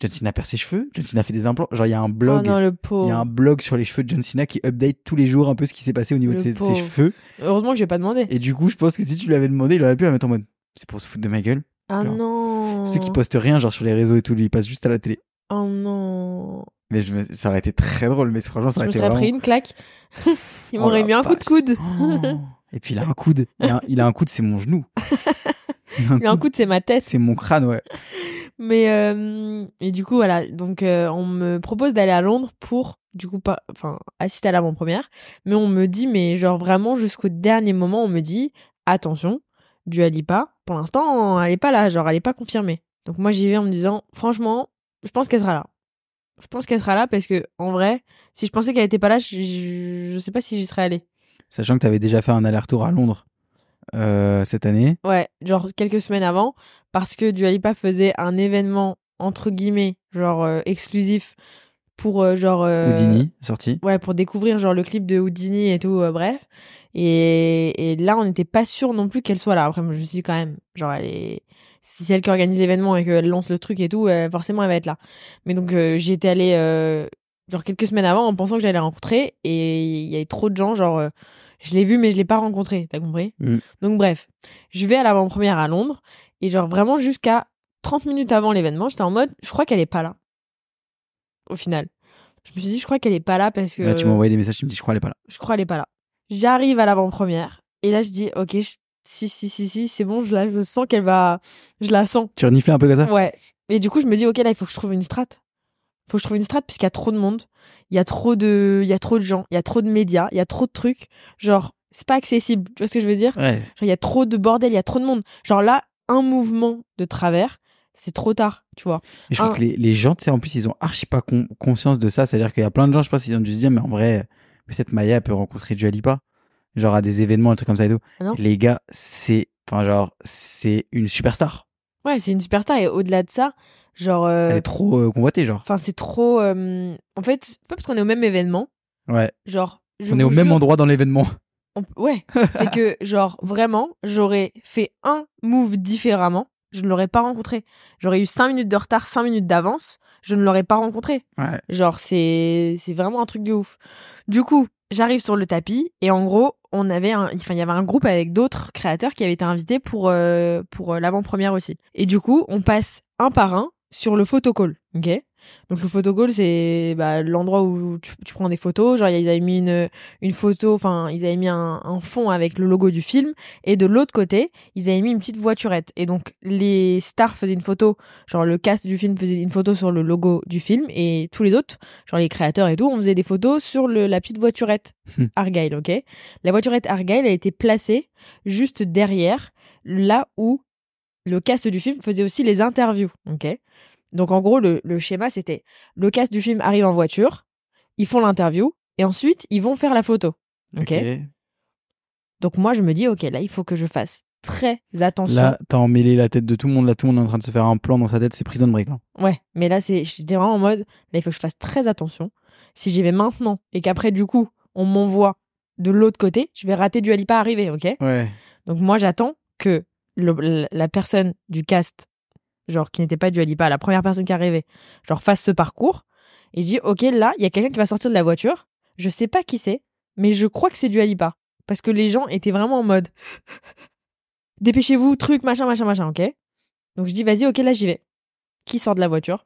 Speaker 2: John Cena perd ses cheveux John Cena fait des implants Genre, il y a un blog.
Speaker 1: Oh non, le
Speaker 2: Il y
Speaker 1: pauvre.
Speaker 2: a un blog sur les cheveux de John Cena qui update tous les jours un peu ce qui s'est passé au niveau
Speaker 1: Le
Speaker 2: de ses, ses
Speaker 1: pauvre.
Speaker 2: cheveux.
Speaker 1: Heureusement que j'ai pas demandé.
Speaker 2: Et du coup, je pense que si tu lui avais demandé, il aurait pu la mettre en mode c'est pour se foutre de ma gueule.
Speaker 1: Ah
Speaker 2: genre,
Speaker 1: non.
Speaker 2: Ceux qui postent rien, genre sur les réseaux et tout, lui, ils passent juste à la télé.
Speaker 1: Oh non.
Speaker 2: Mais je me- ça aurait été très drôle, mais franchement,
Speaker 1: Je
Speaker 2: ça aurait
Speaker 1: me
Speaker 2: été
Speaker 1: serais pris
Speaker 2: vraiment.
Speaker 1: une
Speaker 2: (laughs)
Speaker 1: claque. Il
Speaker 2: Oh
Speaker 1: m'aurait
Speaker 2: la
Speaker 1: mis un coup de
Speaker 2: vache.
Speaker 1: coude.
Speaker 2: Oh. et puis il a un coude. Il a, il a un coude, c'est
Speaker 1: (laughs)
Speaker 2: mon genou. Il a
Speaker 1: Il a un coup de c'est ma tête.
Speaker 2: C'est mon crâne, ouais.
Speaker 1: Mais euh, et du coup voilà, donc euh, on me propose d'aller à Londres pour du coup pas enfin assister à l'avant-première, mais on me dit mais genre vraiment jusqu'au dernier moment on me dit attention, du Alipa, pour l'instant elle est pas là, genre elle est pas confirmée. Donc moi j'y vais en me disant franchement, je pense qu'elle sera là. Je pense qu'elle sera là parce que en vrai, si je pensais qu'elle était pas là, je, je, je sais pas si j'y serais allée.
Speaker 2: Sachant que t'avais déjà fait un aller-retour à Londres euh, cette année.
Speaker 1: Ouais, genre quelques semaines avant, parce que Dualipa faisait un événement entre guillemets, genre euh, exclusif pour euh, genre. euh,
Speaker 2: Houdini, sorti.
Speaker 1: Ouais, pour découvrir genre le clip de Houdini et tout, euh, bref. Et, et là, on n'était pas sûr non plus qu'elle soit là. Après, moi, je me suis dit quand même, genre, elle est... si c'est elle qui organise l'événement et qu'elle lance le truc et tout, euh, forcément, elle va être là. Mais donc, euh, j'y étais allée euh, genre quelques semaines avant en pensant que j'allais la rencontrer et il y avait trop de gens, genre, euh, je l'ai vue mais je l'ai pas rencontrée, t'as compris
Speaker 2: Mm.
Speaker 1: Donc, bref, je vais à l'avant-première à Londres et genre vraiment jusqu'à 30 minutes avant l'événement, j'étais en mode, je crois qu'elle est pas là. Au final. Je me suis dit, je crois qu'elle est pas là parce que
Speaker 2: Ouais, Bah, tu m'as envoyé des messages, tu me dis, je crois, elle est pas là.
Speaker 1: je crois elle est pas là. J'arrive à l'avant-première et là je dis ok je- si si si si c'est bon je la je sens qu'elle va je la sens
Speaker 2: Tu reniflais un peu comme ça
Speaker 1: ouais et du coup je me dis ok là il faut que je trouve une strate faut que je trouve une strate puisqu'il y a trop de monde il y a trop de il y a trop de gens il y a trop de médias il y a trop de trucs genre c'est pas accessible tu vois ce que je veux dire
Speaker 2: Ouais.
Speaker 1: Genre, il y a trop de bordel il y a trop de monde genre là un mouvement de travers c'est trop tard tu vois
Speaker 2: Mais je crois
Speaker 1: Ah.
Speaker 2: que les, les gens, tu sais, en plus, ils ont archi pas con- conscience de ça. C'est-à-dire qu'il y a plein de gens, je pense, ils ont dû se dire, mais en vrai, peut-être Maya elle peut rencontrer Dualipa. Genre à des événements, un truc comme ça et tout.
Speaker 1: Ah non.
Speaker 2: les gars, c'est, enfin, genre, c'est une superstar.
Speaker 1: ouais c'est une superstar et au-delà de ça genre euh,
Speaker 2: Elle est trop euh, convoitée, genre.
Speaker 1: enfin c'est trop euh, en fait c'est pas parce qu'on est au même événement
Speaker 2: Ouais.
Speaker 1: Genre, je
Speaker 2: On est
Speaker 1: vous
Speaker 2: au même
Speaker 1: jure,
Speaker 2: endroit dans l'événement.
Speaker 1: on- Ouais, c'est
Speaker 2: (laughs)
Speaker 1: que genre vraiment, j'aurais fait un move différemment, je ne l'aurais pas rencontré. J'aurais eu 5 minutes de retard, 5 minutes d'avance, je ne l'aurais pas rencontré.
Speaker 2: Ouais.
Speaker 1: Genre c'est c'est vraiment un truc de ouf. Du coup, j'arrive sur le tapis et en gros, on avait un enfin il y avait un groupe avec d'autres créateurs qui avaient été invités pour euh, pour euh, l'avant-première aussi. Et du coup, on passe un par un sur le photocall, OK donc le photocall c'est bah, l'endroit où tu, tu prends des photos, genre ils avaient mis une une photo, enfin ils avaient mis un, un fond avec le logo du film et de l'autre côté, ils avaient mis une petite voiturette et donc les stars faisaient une photo genre le cast du film faisait une photo sur le logo du film et tous les autres, genre les créateurs et tout, on faisait des photos sur le, la petite voiturette
Speaker 2: Hmm.
Speaker 1: Argyle, ok La voiturette Argyle a été placée juste derrière là où le cast du film faisait aussi les interviews, ok Donc en gros le, le schéma c'était le cast du film arrive en voiture, ils font l'interview et ensuite ils vont faire la photo, ok, Donc moi je me dis ok là il faut que je fasse très attention.
Speaker 2: Là, t'as emmêlé la tête de tout le monde. Là, tout le monde est en train de se faire un plan dans sa tête. C'est prison break, là.
Speaker 1: Ouais, mais là, c'est, j'étais vraiment en mode, là, il faut que je fasse très attention. Si j'y vais maintenant et qu'après, du coup, on m'envoie de l'autre côté, je vais rater du Alipa arriver, ok
Speaker 2: Ouais.
Speaker 1: Donc moi, j'attends que le- la- la personne du cast, genre qui n'était pas du Alipa, la première personne qui arrivait, genre fasse ce parcours. Et je dis, ok, là, il y a quelqu'un qui va sortir de la voiture. Je sais pas qui c'est, mais je crois que c'est du Alipa. Parce que les gens étaient vraiment en mode, (laughs) dépêchez-vous, truc, machin, machin, machin, ok Donc je dis, vas-y, ok, là, j'y vais. Qui sort de la voiture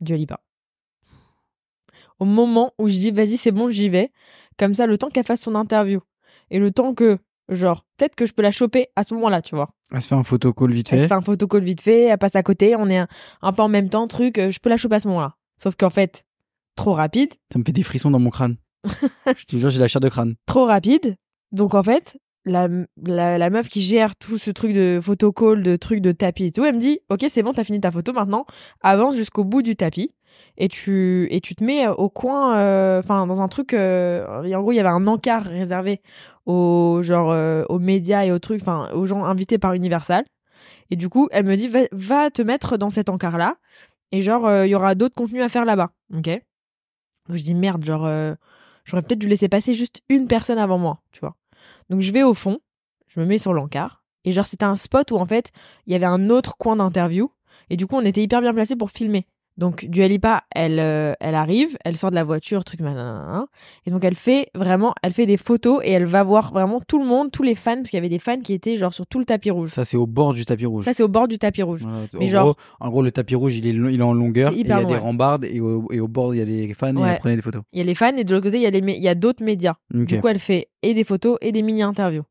Speaker 1: Du Alipa. Au moment où je dis, vas-y, c'est bon, j'y vais. Comme ça, le temps qu'elle fasse son interview. Et le temps que, genre, peut-être que je peux la choper à ce moment-là, tu vois.
Speaker 2: Elle se fait un photocall vite
Speaker 1: Elle se
Speaker 2: fait.
Speaker 1: fait un photocall vite fait, elle passe à côté, on est un, un peu en même temps, truc, euh, je peux la choper à ce moment-là. Sauf qu'en fait, trop rapide,
Speaker 2: Ça me fait des frissons dans
Speaker 1: (laughs)
Speaker 2: mon crâne. je te jure, j'ai la chair de crâne.
Speaker 1: trop rapide. Donc en fait, la, la, la meuf qui gère tout ce truc de photocall, de truc de tapis et tout, elle me dit, ok, c'est bon, t'as fini ta photo maintenant, avance jusqu'au bout du tapis. Et tu, et tu te mets au coin, euh, enfin dans un truc, euh, et en gros il y avait un encart réservé aux, genre, euh, aux médias et aux trucs, enfin aux gens invités par Universal. Et du coup, elle me dit, va, va te mettre dans cet encart-là, et genre, euh, il y aura d'autres contenus à faire là-bas. Ok Donc je dis, merde, genre, euh, J'aurais peut-être dû laisser passer juste une personne avant moi, tu vois. Donc je vais au fond, je me mets sur l'encart. Et genre, c'était un spot où en fait, il y avait un autre coin d'interview. Et du coup, on était hyper bien placés pour filmer. Donc, Dualipa, elle, euh, elle arrive, elle sort de la voiture, truc, nanana. Et donc, elle fait vraiment, elle fait des photos et elle va voir vraiment tout le monde, tous les fans, parce qu'il y avait des fans qui étaient genre sur tout le tapis rouge.
Speaker 2: Ça, c'est au bord du tapis rouge.
Speaker 1: Ça, c'est au bord du tapis rouge.
Speaker 2: Voilà.
Speaker 1: Mais
Speaker 2: en,
Speaker 1: genre-
Speaker 2: gros, en gros, le tapis rouge, il est, long- il est en longueur,
Speaker 1: C'est
Speaker 2: et il y
Speaker 1: hyper
Speaker 2: a
Speaker 1: long,
Speaker 2: des
Speaker 1: ouais.
Speaker 2: rambardes, et au, et au bord, il y a des fans, et
Speaker 1: Ouais.
Speaker 2: ils prenaient des photos.
Speaker 1: Il y a les fans et de l'autre côté, il y a, les mé- il y a d'autres médias.
Speaker 2: Ok.
Speaker 1: Du coup, elle fait et des photos et des mini-interviews.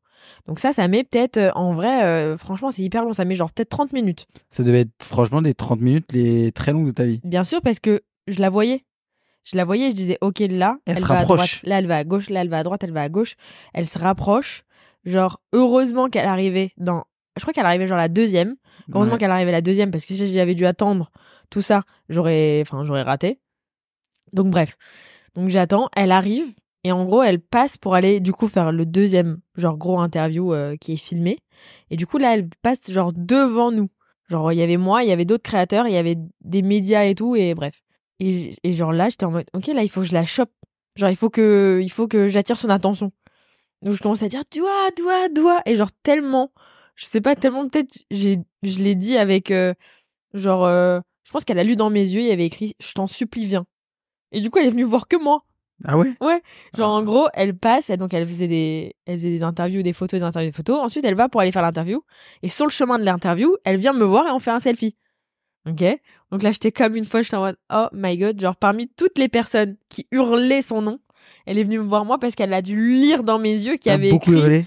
Speaker 1: Donc ça, ça met peut-être, euh, en vrai, euh, franchement, c'est hyper long. Ça met genre peut-être 30 minutes.
Speaker 2: Ça devait être franchement des 30 minutes les très longues de ta vie.
Speaker 1: Bien sûr, parce que je la voyais. Je la voyais, je disais, ok, là,
Speaker 2: Elle se
Speaker 1: va à droite,
Speaker 2: rapproche.
Speaker 1: là, elle va à gauche, là, elle va à droite, elle va à gauche. Elle se rapproche. Genre, heureusement qu'elle arrivait dans... Je crois qu'elle arrivait genre la deuxième. Heureusement
Speaker 2: Ouais.
Speaker 1: qu'elle arrivait la deuxième, parce que si j'avais dû attendre tout ça, j'aurais enfin, j'aurais raté. Donc bref. Donc j'attends, elle arrive, et en gros, elle passe pour aller du coup faire le deuxième, genre gros interview euh, qui est filmé. Et du coup, là, elle passe genre devant nous. Genre, il y avait moi, il y avait d'autres créateurs, il y avait des médias et tout, et bref. Et, j- et genre là, j'étais en mode, ok, là, il faut que je la chope. Genre, il faut que, il faut que j'attire son attention. Donc, je commence à dire, doigt, doigt, doigt. Et genre, tellement, je sais pas, tellement peut-être, j'ai, je l'ai dit avec, euh, genre, euh, je pense qu'elle a lu dans mes yeux, il y avait écrit, je t'en supplie, viens. Et du coup, elle est venue voir que moi.
Speaker 2: Ah ouais
Speaker 1: Genre en gros, elle passe, elle, donc elle faisait des, elle faisait des interviews, des photos, des interviews, des photos. Ensuite, elle va pour aller faire l'interview. Et sur le chemin de l'interview, elle vient me voir et on fait un selfie. Ok Donc là, j'étais comme une fois, j'étais en mode oh my god, genre parmi toutes les personnes qui hurlaient son nom, elle est venue me voir moi parce qu'elle a dû lire dans mes yeux qu'il y
Speaker 2: T'as
Speaker 1: avait
Speaker 2: beaucoup
Speaker 1: écrit-
Speaker 2: hurlé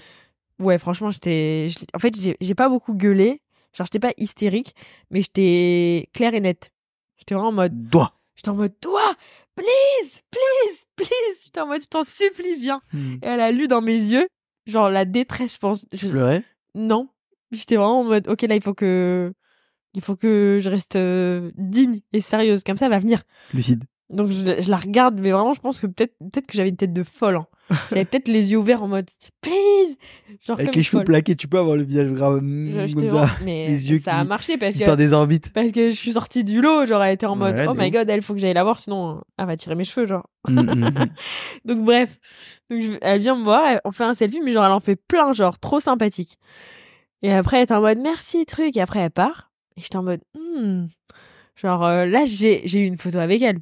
Speaker 1: Ouais, franchement, j'étais, je- en fait, j'ai j'ai pas beaucoup gueulé. Genre, j'étais pas hystérique, mais j'étais claire et nette. J'étais vraiment en mode
Speaker 2: Doigt
Speaker 1: J'étais en mode, toi, please, please, please. J'étais en mode, je t'en supplie, viens. Et elle a lu dans mes yeux, genre la détresse, je pense. Je-
Speaker 2: Tu pleurais
Speaker 1: Non. J'étais vraiment en mode, ok, là, il faut que, il faut que je reste euh, digne et sérieuse. Comme ça, elle va venir.
Speaker 2: Lucide.
Speaker 1: Donc, je, je la regarde, mais vraiment, je pense que peut-être, peut-être que j'avais une tête de folle.
Speaker 2: (laughs)
Speaker 1: hein. J'avais peut-être les yeux ouverts en mode, please. Genre, comme
Speaker 2: Avec les
Speaker 1: une
Speaker 2: cheveux
Speaker 1: folle.
Speaker 2: plaqués, tu peux avoir le visage grave mm,
Speaker 1: Je- j'étais
Speaker 2: comme
Speaker 1: vraiment-
Speaker 2: ça,
Speaker 1: mais
Speaker 2: les yeux
Speaker 1: ça
Speaker 2: qui-
Speaker 1: a marché parce
Speaker 2: qui
Speaker 1: que
Speaker 2: sort
Speaker 1: (laughs)
Speaker 2: des orbites.
Speaker 1: parce que je suis sortie du lot, genre elle était en mode
Speaker 2: Ouais,
Speaker 1: oh
Speaker 2: de
Speaker 1: my
Speaker 2: ouf.
Speaker 1: god, elle faut que j'aille la voir sinon euh, elle va tirer mes cheveux genre.
Speaker 2: Mm, mm, mm.
Speaker 1: Donc bref, donc je- elle vient me voir, elle- on fait un selfie, mais genre elle en fait plein, genre trop sympathique. Et après elle est en mode merci truc, et après elle part. Et j'étais en mode hmm. genre euh, là j'ai j'ai eu une photo avec elle.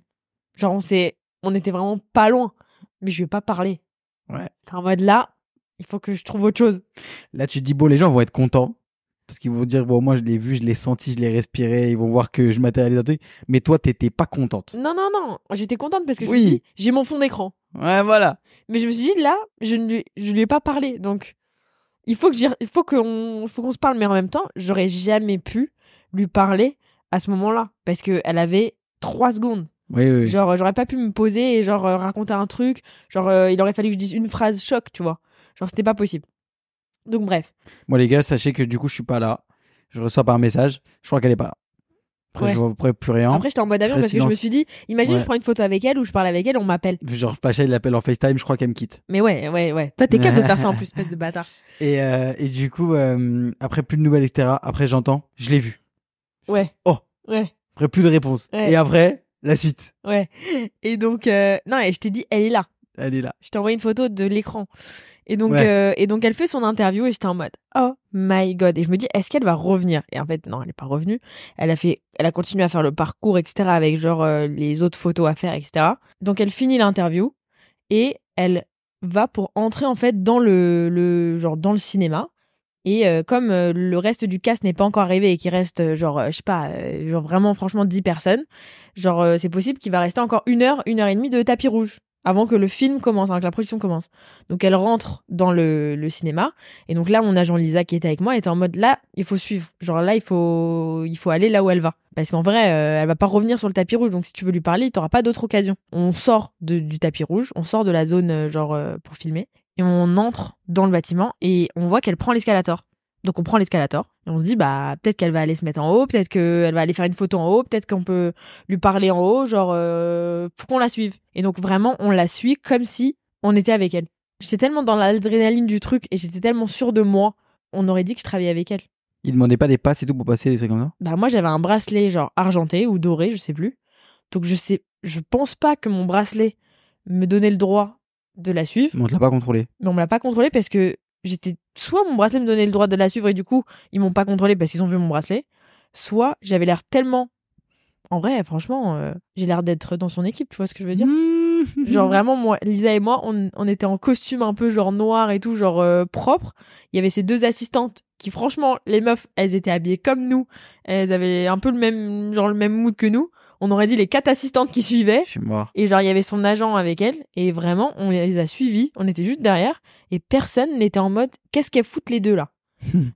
Speaker 1: Genre on s'est, on était vraiment pas loin, mais je vais pas parler.
Speaker 2: Ouais.
Speaker 1: J'étais en mode là, il faut que je trouve autre chose.
Speaker 2: Là, tu te dis, bon, les gens vont être contents. Parce qu'ils vont dire, bon, moi, je l'ai vu, je l'ai senti, je l'ai respiré, ils vont voir que je matérialise un truc. Mais toi, t'étais pas contente.
Speaker 1: Non non non, j'étais contente parce que je me
Speaker 2: Oui.
Speaker 1: suis dit, j'ai mon fond d'écran.
Speaker 2: Ouais, voilà.
Speaker 1: Mais je me suis dit, là, je ne lui, je lui ai pas parlé. Donc, il faut que j'y- il faut qu'on il faut qu'on se parle. Mais en même temps, j'aurais jamais pu lui parler à ce moment-là. Parce qu'elle avait trois secondes.
Speaker 2: Oui, oui, oui.
Speaker 1: Genre, euh, j'aurais pas pu me poser et genre euh, raconter un truc. Genre, euh, il aurait fallu que je dise une phrase choc, tu vois. Genre, c'était pas possible. Donc, bref.
Speaker 2: Moi, les gars, sachez que du coup, je suis pas là. Je reçois pas un message. Je crois qu'elle est pas là. Après,
Speaker 1: Ouais.
Speaker 2: je vois après plus rien.
Speaker 1: Après, j'étais en mode avion
Speaker 2: Très
Speaker 1: parce que je me
Speaker 2: silence.
Speaker 1: suis dit, imagine,
Speaker 2: Ouais.
Speaker 1: je prends une photo avec elle ou je parle avec elle, on m'appelle.
Speaker 2: Genre, Pacha, il l'appelle en FaceTime. Je crois qu'elle me quitte.
Speaker 1: Mais ouais, ouais, ouais. Toi, t'es capable de faire ça en plus, espèce de
Speaker 2: (laughs)
Speaker 1: bâtard.
Speaker 2: Et, euh, et du coup, euh, après, plus de nouvelles, etc. Après, j'entends. Je l'ai vu.
Speaker 1: Ouais.
Speaker 2: Oh.
Speaker 1: Ouais.
Speaker 2: Après, plus de réponse.
Speaker 1: Ouais.
Speaker 2: Et après, la suite.
Speaker 1: Ouais. Et donc, euh, non, et je t'ai dit, elle est là.
Speaker 2: Elle est là.
Speaker 1: Je t'ai envoyé une photo de l'écran. Et donc,
Speaker 2: Ouais.
Speaker 1: euh, et donc, elle fait son interview et j'étais en mode, oh my god. Et je me dis, est-ce qu'elle va revenir Et en fait, non, elle n'est pas revenue. Elle a fait, elle a continué à faire le parcours, etc., avec genre euh, les autres photos à faire, etc. Donc, elle finit l'interview et elle va pour entrer en fait dans le, le genre dans le cinéma. Et euh, comme euh, le reste du cast n'est pas encore arrivé et qu'il reste euh, genre euh, je sais pas euh, genre vraiment franchement 10 personnes, genre euh, c'est possible qu'il va rester encore une heure une heure et demie de tapis rouge avant que le film commence, avant que la production commence. Donc elle rentre dans le, le cinéma et donc là mon agent Lisa qui était avec moi était en mode là il faut suivre, genre là il faut il faut aller là où elle va parce qu'en vrai euh, elle va pas revenir sur le tapis rouge donc si tu veux lui parler t'auras pas d'autre occasion. On sort de- du tapis rouge, on sort de la zone euh, genre euh, pour filmer et on entre dans le bâtiment et on voit qu'elle prend l'escalator. Donc on prend l'escalator et on se dit bah peut-être qu'elle va aller se mettre en haut, peut-être qu'elle va aller faire une photo en haut, peut-être qu'on peut lui parler en haut, genre euh, faut qu'on la suive. Et donc vraiment on la suit comme si on était avec elle. J'étais tellement dans l'adrénaline du truc et j'étais tellement sûre de moi, on aurait dit que je travaillais avec elle.
Speaker 2: Il demandait pas des passes et tout pour passer des trucs comme ça.
Speaker 1: Bah moi j'avais un bracelet genre argenté ou doré, je sais plus. Donc je sais je pense pas que mon bracelet me donnait le droit de la suivre.
Speaker 2: Mais on te l'a pas contrôlé.
Speaker 1: mais on me l'a pas contrôlé parce que j'étais soit mon bracelet me donnait le droit de la suivre et du coup ils m'ont pas contrôlé parce qu'ils ont vu mon bracelet soit j'avais l'air tellement en vrai franchement euh, j'ai l'air d'être dans son équipe tu vois ce que je veux dire
Speaker 2: Hmm. (laughs) Mhm.
Speaker 1: genre vraiment moi Lisa et moi on, on était en costume un peu genre noir et tout genre euh, propre il y avait ces deux assistantes qui franchement les meufs elles étaient habillées comme nous elles avaient un peu le même genre le même mood que nous on aurait dit les quatre assistantes qui suivaient
Speaker 2: Je suis mort.
Speaker 1: (laughs) et genre, il y avait son agent avec elle. Et vraiment, on les a suivis. On était juste derrière. Et personne n'était en mode, qu'est-ce qu'elles foutent les deux là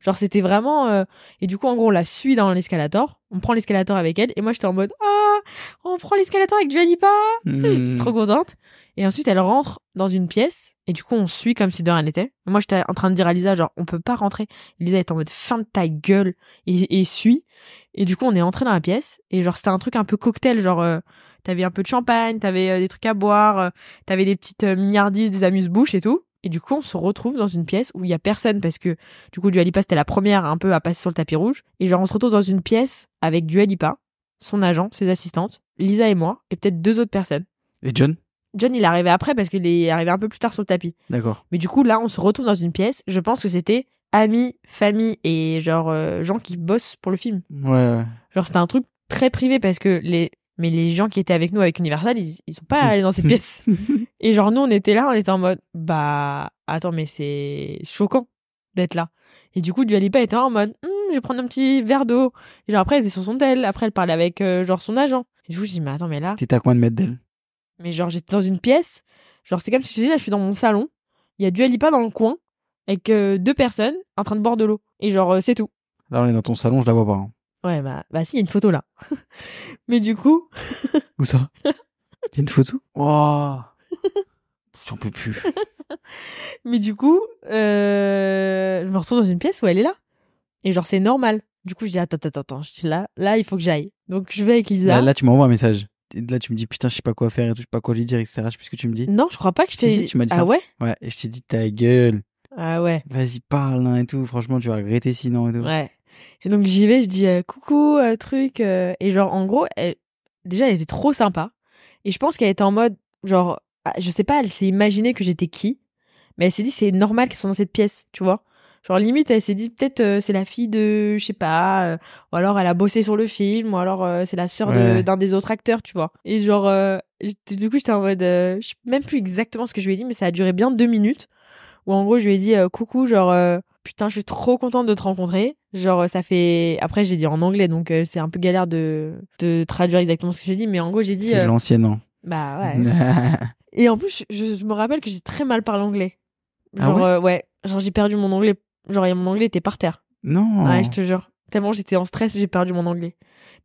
Speaker 1: Genre, c'était vraiment. euh, Et du coup, en gros, on la suit dans l'escalator. On prend l'escalator avec elle. Et moi, j'étais en mode, ah, on prend l'escalator avec Dualipa.
Speaker 2: Hmm.
Speaker 1: (laughs) J'étais trop contente. Et ensuite, elle rentre dans une pièce. Et du coup, on suit comme si de rien n'était. Moi, j'étais en train de dire à Lisa, genre, on peut pas rentrer. Lisa est en mode, fin de ta gueule. Et, et suis. Et du coup, on est entré dans la pièce. Et genre, c'était un truc un peu cocktail. Genre, euh, t'avais un peu de champagne, t'avais euh, des trucs à boire, euh, t'avais des petites euh, mignardises, des amuse-bouches et tout. Et du coup, on se retrouve dans une pièce où il y a personne parce que du coup, Dualipa, c'était la première un peu à passer sur le tapis rouge. Et genre, on se retrouve dans une pièce avec Dualipa, son agent, ses assistantes, Lisa et moi, et peut-être deux autres personnes.
Speaker 2: Et John
Speaker 1: John, il est arrivé après parce qu'il est arrivé un peu plus tard sur le tapis.
Speaker 2: D'accord.
Speaker 1: Mais du coup, là, on se retrouve dans une pièce. Je pense que c'était amis, famille et genre euh, gens qui bossent pour le film.
Speaker 2: Ouais, ouais.
Speaker 1: Genre, c'était un truc très privé parce que les. Mais les gens qui étaient avec nous avec Universal, ils, ils sont pas allés dans ces pièces. (laughs) Et genre, nous, on était là, on était en mode, bah, attends, mais c'est choquant d'être là. Et du coup, Dualipa était en mode, Hmm, je vais prendre un petit verre d'eau. Et genre, après, elle était sur son tel. Après, elle parlait avec, euh, genre, son agent. Et du coup, je dis, mais attends, mais là,
Speaker 2: T'étais à combien de mètres d'elle
Speaker 1: mais genre, j'étais dans une pièce. Genre, c'est comme si je te dis, là, je suis dans mon salon. Il y a du Alipa dans le coin avec euh, deux personnes en train de boire de l'eau. Et genre, euh, c'est tout.
Speaker 2: Là, on est dans ton salon, je la vois pas. hein.
Speaker 1: Ouais, bah, bah si, il y a une photo là. (laughs) Mais du coup,
Speaker 2: Où ça (laughs) T'as une photo Oh J'en
Speaker 1: (laughs)
Speaker 2: peux plus.
Speaker 1: mais du coup, euh, je me retrouve dans une pièce où elle est là. Et genre, c'est normal. Du coup, je dis, attends, attends, attends, je suis là, là, il faut que j'aille. Donc, je vais avec Lisa.
Speaker 2: Bah, Là, là, tu m'envoies un message. Et Là, tu me dis putain, je sais pas quoi faire et tout, je sais pas quoi lui dire, etc. Je sais plus ce que tu me dis.
Speaker 1: Non, je crois pas que je t'ai.
Speaker 2: Si, si, tu m'as dit
Speaker 1: ah
Speaker 2: ça.
Speaker 1: ouais
Speaker 2: Ouais, et je t'ai dit ta gueule.
Speaker 1: Ah ouais.
Speaker 2: Vas-y, parle hein, et tout. Franchement, tu vas regretter sinon et tout.
Speaker 1: Ouais. Et donc j'y vais, je dis euh, coucou, euh, truc. euh, et genre, en gros, elle- déjà, elle était trop sympa. Et je pense qu'elle était en mode, genre, ah, je sais pas, elle s'est imaginée que j'étais qui. Mais elle s'est dit, c'est normal qu'ils sont dans cette pièce, tu vois. Genre, limite, elle s'est dit, peut-être euh, c'est la fille de, je sais pas, euh, ou alors elle a bossé sur le film, ou alors euh, c'est la sœur de-
Speaker 2: Ouais.
Speaker 1: d'un des autres acteurs, tu vois. Et genre, euh, j'étais- du coup, j'étais en mode, euh, je sais même plus exactement ce que je lui ai dit, mais ça a duré bien deux minutes. Où en gros, je lui ai dit, euh, coucou, genre, euh, putain, je suis trop contente de te rencontrer. Genre, euh, ça fait. Après, j'ai dit en anglais, donc euh, c'est un peu galère de, de traduire exactement ce que j'ai dit, mais en gros, j'ai dit,
Speaker 2: C'est hein.
Speaker 1: euh,
Speaker 2: l'ancien an.
Speaker 1: bah ouais. Et en plus, je, je me rappelle que j'ai très mal parlé anglais.
Speaker 2: Ah
Speaker 1: Genre,
Speaker 2: ouais
Speaker 1: euh, ouais. Genre, j'ai perdu mon anglais. Genre, et mon anglais était par terre.
Speaker 2: (laughs) non.
Speaker 1: Ouais, je te jure. Tellement j'étais en stress, j'ai perdu mon anglais.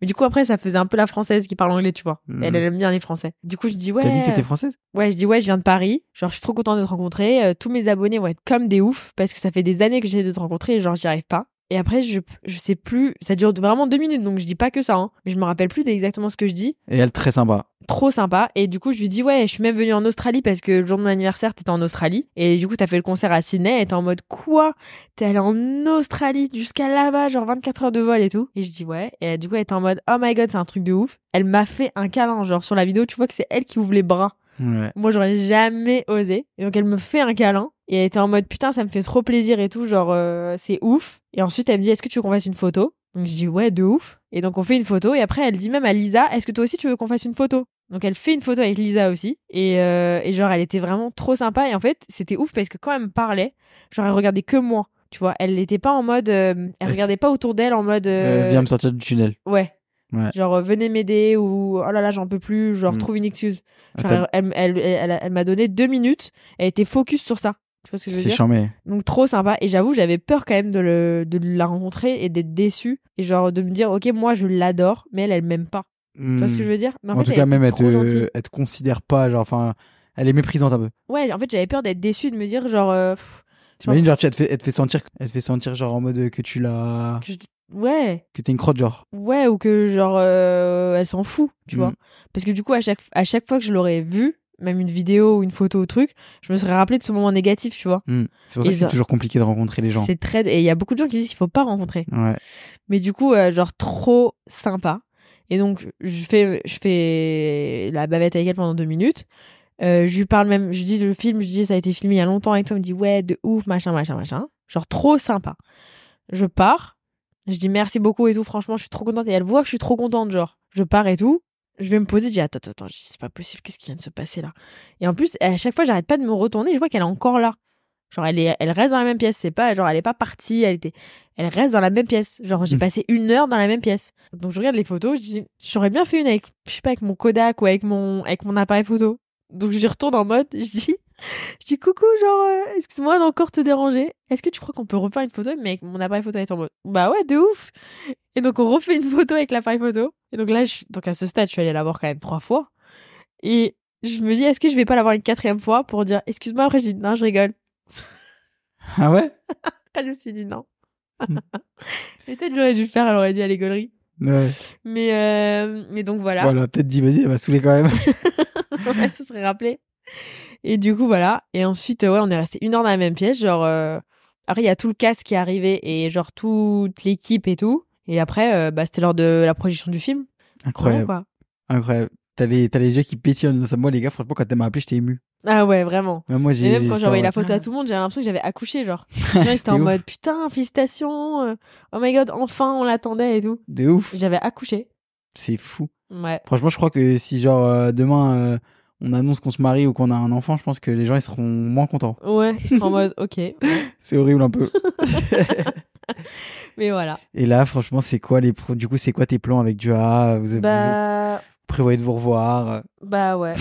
Speaker 1: Mais du coup, après, ça faisait un peu la française qui parle anglais, tu vois.
Speaker 2: Mhm.
Speaker 1: Elle, elle aime bien les français. Du coup, je dis, ouais.
Speaker 2: T'as dit que t'étais française
Speaker 1: Ouais, je dis ouais, je viens de Paris. Genre, je suis trop contente de te rencontrer. Euh, tous mes abonnés vont être comme des oufs parce que ça fait des années que j'essaie de te rencontrer et genre, j'y arrive pas. Et après, je, je sais plus. Ça dure vraiment deux minutes, donc je dis pas que ça, hein. Mais je me rappelle plus d'exactement ce que je dis.
Speaker 2: Et elle, très sympa.
Speaker 1: Trop sympa. Et du coup, je lui dis ouais, je suis même venue en Australie parce que le jour de mon anniversaire, t'étais en Australie. Et du coup, t'as fait le concert à Sydney et t'es en mode quoi T'es allé en Australie jusqu'à là-bas, genre 24 heures de vol et tout. Et je dis ouais. Et du coup, elle était en mode oh my god, c'est un truc de ouf. Elle m'a fait un câlin. Genre, sur la vidéo, tu vois que c'est elle qui ouvre les bras.
Speaker 2: Ouais.
Speaker 1: Moi, j'aurais jamais osé. Et donc, elle me fait un câlin. Et elle était en mode, putain, ça me fait trop plaisir et tout. Genre, euh, c'est ouf. Et ensuite, elle me dit, est-ce que tu veux qu'on fasse une photo Donc, je dis, ouais, de ouf. Et donc, on fait une photo. Et après, elle dit même à Lisa, est-ce que toi aussi, tu veux qu'on fasse une photo Donc, elle fait une photo avec Lisa aussi. Et, euh, et genre, elle était vraiment trop sympa. Et en fait, c'était ouf parce que quand elle me parlait, genre, elle regardait que moi. Tu vois, elle n'était pas en mode. euh, elle
Speaker 2: Elle-
Speaker 1: regardait pas autour d'elle en mode. euh,
Speaker 2: Euh, viens me sortir du tunnel.
Speaker 1: ouais.
Speaker 2: Ouais.
Speaker 1: Genre, euh, venez m'aider ou oh là là, j'en peux plus, genre,
Speaker 2: Mm.
Speaker 1: trouve une excuse. Genre,
Speaker 2: Attends,
Speaker 1: elle elle, elle, elle- elle m'a donné deux minutes. Elle était focus sur ça. Tu vois ce que je veux
Speaker 2: C'est
Speaker 1: dire
Speaker 2: charmé.
Speaker 1: Donc trop sympa. Et j'avoue, j'avais peur quand même de, le, de la rencontrer et d'être déçue. Et genre de me dire, ok, moi je l'adore, mais elle, elle m'aime pas. Tu vois ce que je veux dire Mais
Speaker 2: Hmm. En, tout
Speaker 1: fait,
Speaker 2: cas,
Speaker 1: elle
Speaker 2: même,
Speaker 1: était
Speaker 2: elle
Speaker 1: trop gentille.
Speaker 2: te, elle te considère pas. Genre, enfin, elle est méprisante un peu.
Speaker 1: Ouais, en fait, j'avais peur d'être déçue, de me dire, genre. euh, pff,
Speaker 2: T'imagines, genre, tu- elle te, fait, elle te fait sentir, elle te fait sentir, genre, en mode que tu l'as,
Speaker 1: que je- Ouais,
Speaker 2: que t'es une crotte, genre.
Speaker 1: ouais, ou que genre euh, elle s'en fout, tu
Speaker 2: Mm.
Speaker 1: vois. Parce que du coup, à chaque, à chaque fois que je l'aurais vue, même une vidéo ou une photo ou truc, je me serais rappelé de ce moment négatif, tu vois.
Speaker 2: Hmm. C'est pour ça
Speaker 1: Et
Speaker 2: que c'est
Speaker 1: ça-
Speaker 2: toujours compliqué de rencontrer les gens.
Speaker 1: C'est très. Et il y a beaucoup de gens qui disent qu'il faut pas rencontrer.
Speaker 2: Ouais.
Speaker 1: Mais du coup, euh, genre trop sympa. Et donc, je fais, je fais la bavette avec elle pendant deux minutes. Euh, je lui parle même, je lui dis le film, je lui dis ça a été filmé il y a longtemps et toi, elle me dit ouais, de ouf, machin, machin, machin. Genre trop sympa. Je pars, je dis merci beaucoup et tout, franchement, je suis trop contente. Et elle voit que je suis trop contente, genre, je pars et tout. Je vais me poser, je dis attends, attends, attends, je dis, c'est pas possible, qu'est-ce qui vient de se passer là Et en plus, à chaque fois, j'arrête pas de me retourner, je vois qu'elle est encore là. Genre, elle, est, elle reste dans la même pièce, c'est pas, genre, elle est pas partie, elle était elle reste dans la même pièce. Genre, j'ai
Speaker 2: Mm.
Speaker 1: passé une heure dans la même pièce. Donc, je regarde les photos, je dis, j'aurais bien fait une avec, je sais pas, avec mon Kodak ou avec mon, avec mon appareil photo. Donc, j'y retourne en mode, je dis, je dis coucou, genre, euh, excuse-moi d'encore te déranger. Est-ce que tu crois qu'on peut refaire une photo? Mais avec mon appareil photo, elle est en mode, bah ouais, de ouf. Et donc, on refait une photo avec l'appareil photo. Et donc là, je, donc à ce stade, je suis allée la voir quand même trois fois. Et je me dis, est-ce que je vais pas la voir une quatrième fois pour dire, excuse-moi, après, je dis, non, je rigole.
Speaker 2: Ah ouais?
Speaker 1: Après, je me suis dit, non. (laughs)
Speaker 2: Mm.
Speaker 1: Peut-être j'aurais dû le faire, elle aurait dû aller gaulerie.
Speaker 2: Ouais.
Speaker 1: Mais, euh, mais donc voilà,
Speaker 2: Bon, elle a peut-être dit, vas-y, elle m'a
Speaker 1: (laughs)
Speaker 2: saoulé quand même.
Speaker 1: Ouais, ça serait rappelé. Et du coup, voilà. Et ensuite, euh, ouais, on est resté une heure dans la même pièce. Genre, euh, après, il y a tout le cast qui est arrivé et genre toute l'équipe et tout. Et après, euh, bah, c'était l'heure de la projection du film. Voilà,
Speaker 2: Incroyable.
Speaker 1: quoi.
Speaker 2: Incroyable. T'avais, t'as les yeux qui pétillent en disant ça. Moi, les gars, franchement, quand elle m'a appelé, j'étais ému.
Speaker 1: Ah ouais, vraiment.
Speaker 2: Même moi, j'ai.
Speaker 1: Et même quand
Speaker 2: j'étais
Speaker 1: j'ai envoyé
Speaker 2: en
Speaker 1: la
Speaker 2: mode, ah.
Speaker 1: photo à tout le monde, j'avais l'impression que j'avais accouché.
Speaker 2: (laughs)
Speaker 1: Genre, Genre, c'était en
Speaker 2: ouf.
Speaker 1: mode putain, félicitations. euh, Oh my god, enfin, on l'attendait et tout.
Speaker 2: De ouf.
Speaker 1: J'avais accouché.
Speaker 2: C'est fou.
Speaker 1: Ouais.
Speaker 2: Franchement, je crois que si, genre, euh, demain, euh, on annonce qu'on se marie ou qu'on a un enfant, je pense que les gens, ils seront moins contents.
Speaker 1: Ouais, ils
Speaker 2: (laughs)
Speaker 1: sont en mode ok.
Speaker 2: C'est horrible
Speaker 1: (laughs)
Speaker 2: un peu.
Speaker 1: Mais voilà.
Speaker 2: Et là, franchement, c'est quoi les pro- du coup, c'est quoi tes plans avec Dua Vous avez
Speaker 1: Bah.
Speaker 2: vous prévoyez de vous revoir
Speaker 1: Bah
Speaker 2: (laughs)
Speaker 1: ouais.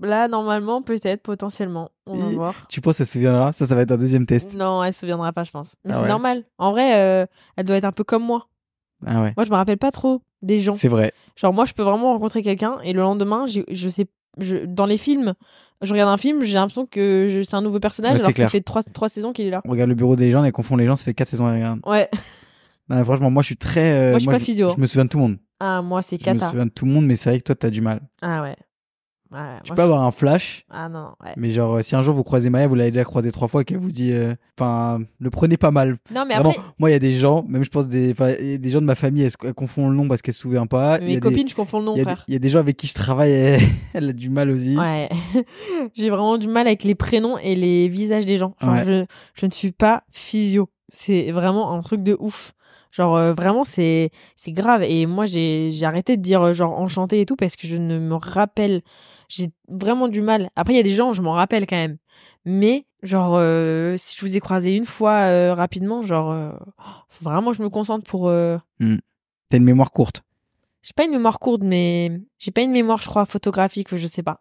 Speaker 1: Là, normalement, peut-être, potentiellement. On va
Speaker 2: Et-
Speaker 1: voir.
Speaker 2: Tu penses ça se souviendra Ça, ça va être un deuxième test.
Speaker 1: Non, elle se souviendra pas, je pense. Mais
Speaker 2: Ah
Speaker 1: c'est
Speaker 2: ouais.
Speaker 1: normal. En vrai, euh, elle doit être un peu comme moi.
Speaker 2: Ah ouais.
Speaker 1: Moi, je me rappelle pas trop des gens.
Speaker 2: C'est vrai.
Speaker 1: Genre, moi, je peux vraiment rencontrer quelqu'un et le lendemain, j'ai- je sais. Je, dans les films, je regarde un film, j'ai l'impression que je- c'est un nouveau personnage
Speaker 2: Ouais, c'est
Speaker 1: alors que ça
Speaker 2: clair.
Speaker 1: fait trois, trois saisons qu'il est là.
Speaker 2: On regarde le bureau des légendes et confond les gens. Ça fait quatre saisons à regarder.
Speaker 1: Ouais.
Speaker 2: Non, mais franchement, moi, je suis très. euh,
Speaker 1: Moi, je suis pas physio, hein.
Speaker 2: Je me souviens de tout le monde.
Speaker 1: Ah, moi, c'est
Speaker 2: Je me
Speaker 1: Kata.
Speaker 2: souviens de tout le monde, mais c'est vrai que toi, t'as du mal.
Speaker 1: Ah ouais. Ouais,
Speaker 2: Tu
Speaker 1: moi,
Speaker 2: peux avoir un flash,
Speaker 1: je- Ah non, ouais.
Speaker 2: mais genre, euh, si un jour vous croisez Maya, vous l'avez déjà croisée trois fois et qu'elle vous dit. euh, Enfin, le prenez pas mal.
Speaker 1: Non, mais
Speaker 2: Vraiment,
Speaker 1: après,
Speaker 2: moi, il y a des gens, même je pense, des, enfin, il y a des gens de ma famille, elles, elles confondent le nom parce qu'elles se souviennent pas. Il y
Speaker 1: mes
Speaker 2: a des-
Speaker 1: copines, je confonds le nom,
Speaker 2: Il y, a des-
Speaker 1: frère.
Speaker 2: il y a des gens avec qui je travaille, (laughs) elle, elle a du mal aussi.
Speaker 1: Ouais, (laughs) j'ai vraiment du mal avec les prénoms et les visages des gens. Genre,
Speaker 2: Ouais.
Speaker 1: je, je ne suis pas physio. C'est vraiment un truc de ouf. Genre, euh, vraiment, c'est c'est grave. Et moi, j'ai j'ai arrêté de dire, euh, genre, enchanté et tout, parce que je ne me rappelle. J'ai vraiment du mal. Après, il y a des gens, je m'en rappelle quand même. Mais, genre, euh, si je vous ai croisé une fois euh, rapidement, genre, euh, vraiment, je me concentre pour. euh,
Speaker 2: T'as une mémoire courte.
Speaker 1: j'ai pas une mémoire courte, mais j'ai pas une mémoire, je crois, photographique, ou je sais pas.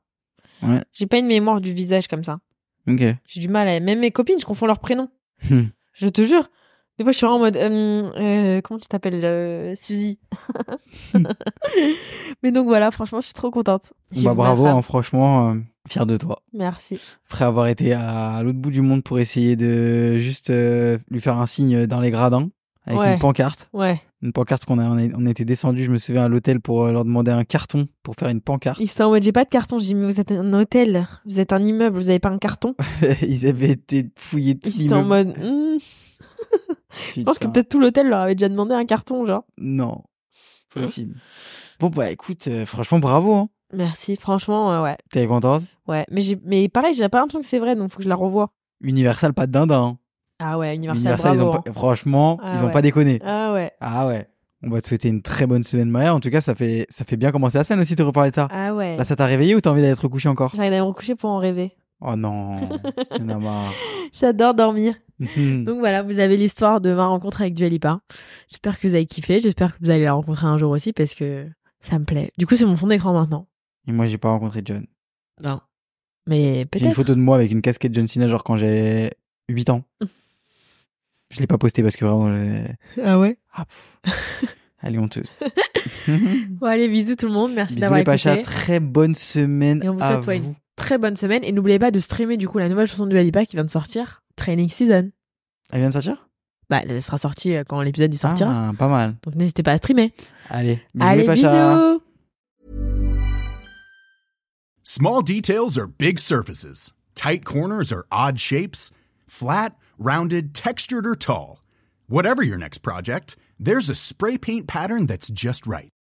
Speaker 2: Ouais.
Speaker 1: J'ai pas une mémoire du visage comme ça.
Speaker 2: Ok.
Speaker 1: J'ai du mal à. Même mes copines, je confonds leurs prénoms.
Speaker 2: Hmm.
Speaker 1: Je te jure. Des fois, je suis vraiment en mode, Hum, euh, comment tu t'appelles, euh, Suzy (laughs) Mais donc voilà, franchement, je suis trop contente. J'ai
Speaker 2: Hmm. Bah,
Speaker 1: vu ma
Speaker 2: bravo,
Speaker 1: femme.
Speaker 2: hein, franchement, euh, fier de toi.
Speaker 1: Merci.
Speaker 2: Après avoir été à, l'autre bout du monde pour essayer de juste euh, lui faire un signe dans les gradins avec
Speaker 1: Ouais.
Speaker 2: une pancarte.
Speaker 1: Ouais,
Speaker 2: Une pancarte qu'on a, on, est- on était descendu, je me souviens, à l'hôtel pour euh, leur demander un carton pour faire une pancarte.
Speaker 1: ils sont en mode, j'ai pas de carton. J'ai dit, mais vous êtes un hôtel, vous êtes un immeuble, vous avez pas un carton.
Speaker 2: Ah, (laughs) Ils avaient été fouillés de tout
Speaker 1: Ils étaient en
Speaker 2: l'immeuble.
Speaker 1: mode, Hum, je pense que
Speaker 2: Putain.
Speaker 1: peut-être tout l'hôtel leur avait déjà demandé un carton, genre.
Speaker 2: Non. Possible. Bon, bah écoute, euh, franchement, bravo. Hein.
Speaker 1: Merci, franchement, euh, ouais.
Speaker 2: T'es contente
Speaker 1: Ouais, mais, j'ai- mais pareil, j'ai pas l'impression que c'est vrai, donc faut que je la revoie.
Speaker 2: Universal, pas de dindin. hein.
Speaker 1: Ah ouais, Universal,
Speaker 2: Universal, ils
Speaker 1: bravo.
Speaker 2: ont pas- franchement,
Speaker 1: Ah
Speaker 2: ils ont
Speaker 1: ouais.
Speaker 2: pas déconné.
Speaker 1: hein. Ah ouais,
Speaker 2: Ah ouais. On va te souhaiter une très bonne semaine, Maya. En tout cas, ça fait, ça fait bien commencer la semaine aussi de reparler de ça.
Speaker 1: ah ouais.
Speaker 2: Là, ça t'a réveillé ou t'as envie d'aller te recoucher encore
Speaker 1: J'arrive à me recoucher pour en rêver. (laughs)
Speaker 2: Oh non, il y en a marre.
Speaker 1: J'adore dormir.
Speaker 2: Mhm.
Speaker 1: Donc voilà, vous avez l'histoire de ma rencontre avec Dualipa. J'espère que vous avez kiffé. J'espère que vous allez la rencontrer un jour aussi parce que ça me plaît. Du coup, c'est mon fond d'écran maintenant.
Speaker 2: Et moi, j'ai pas rencontré John.
Speaker 1: Non. Mais
Speaker 2: J'ai une
Speaker 1: peut-être.
Speaker 2: photo de moi avec une casquette John Cena, genre quand j'ai 8
Speaker 1: (laughs)
Speaker 2: ans. Je l'ai pas postée parce que vraiment, j'ai-
Speaker 1: Ah ouais.
Speaker 2: ah, pff. elle
Speaker 1: (laughs)
Speaker 2: est honteuse.
Speaker 1: Bon, allez, bisous tout le monde. Merci
Speaker 2: Bisous les
Speaker 1: d'avoir écouté.
Speaker 2: Pachas, très bonne semaine
Speaker 1: Et on vous
Speaker 2: à
Speaker 1: souhaite ouais, une très bonne semaine. Et n'oubliez pas de streamer du coup la nouvelle chanson de Dualipa qui vient de sortir, Training Season.
Speaker 2: Elle vient de sortir
Speaker 1: Bah, elle sera sortie euh, quand l'épisode y sortira.
Speaker 2: Ah, Pas mal.
Speaker 1: Donc n'hésitez pas à streamer.
Speaker 2: Allez, bisous
Speaker 1: allez,
Speaker 2: les Pachas.
Speaker 1: bisous.
Speaker 3: Small details are big surfaces. Tight corners are odd shapes. Flat, rounded, textured, or tall. Whatever your next project, there's a spray paint pattern that's just right.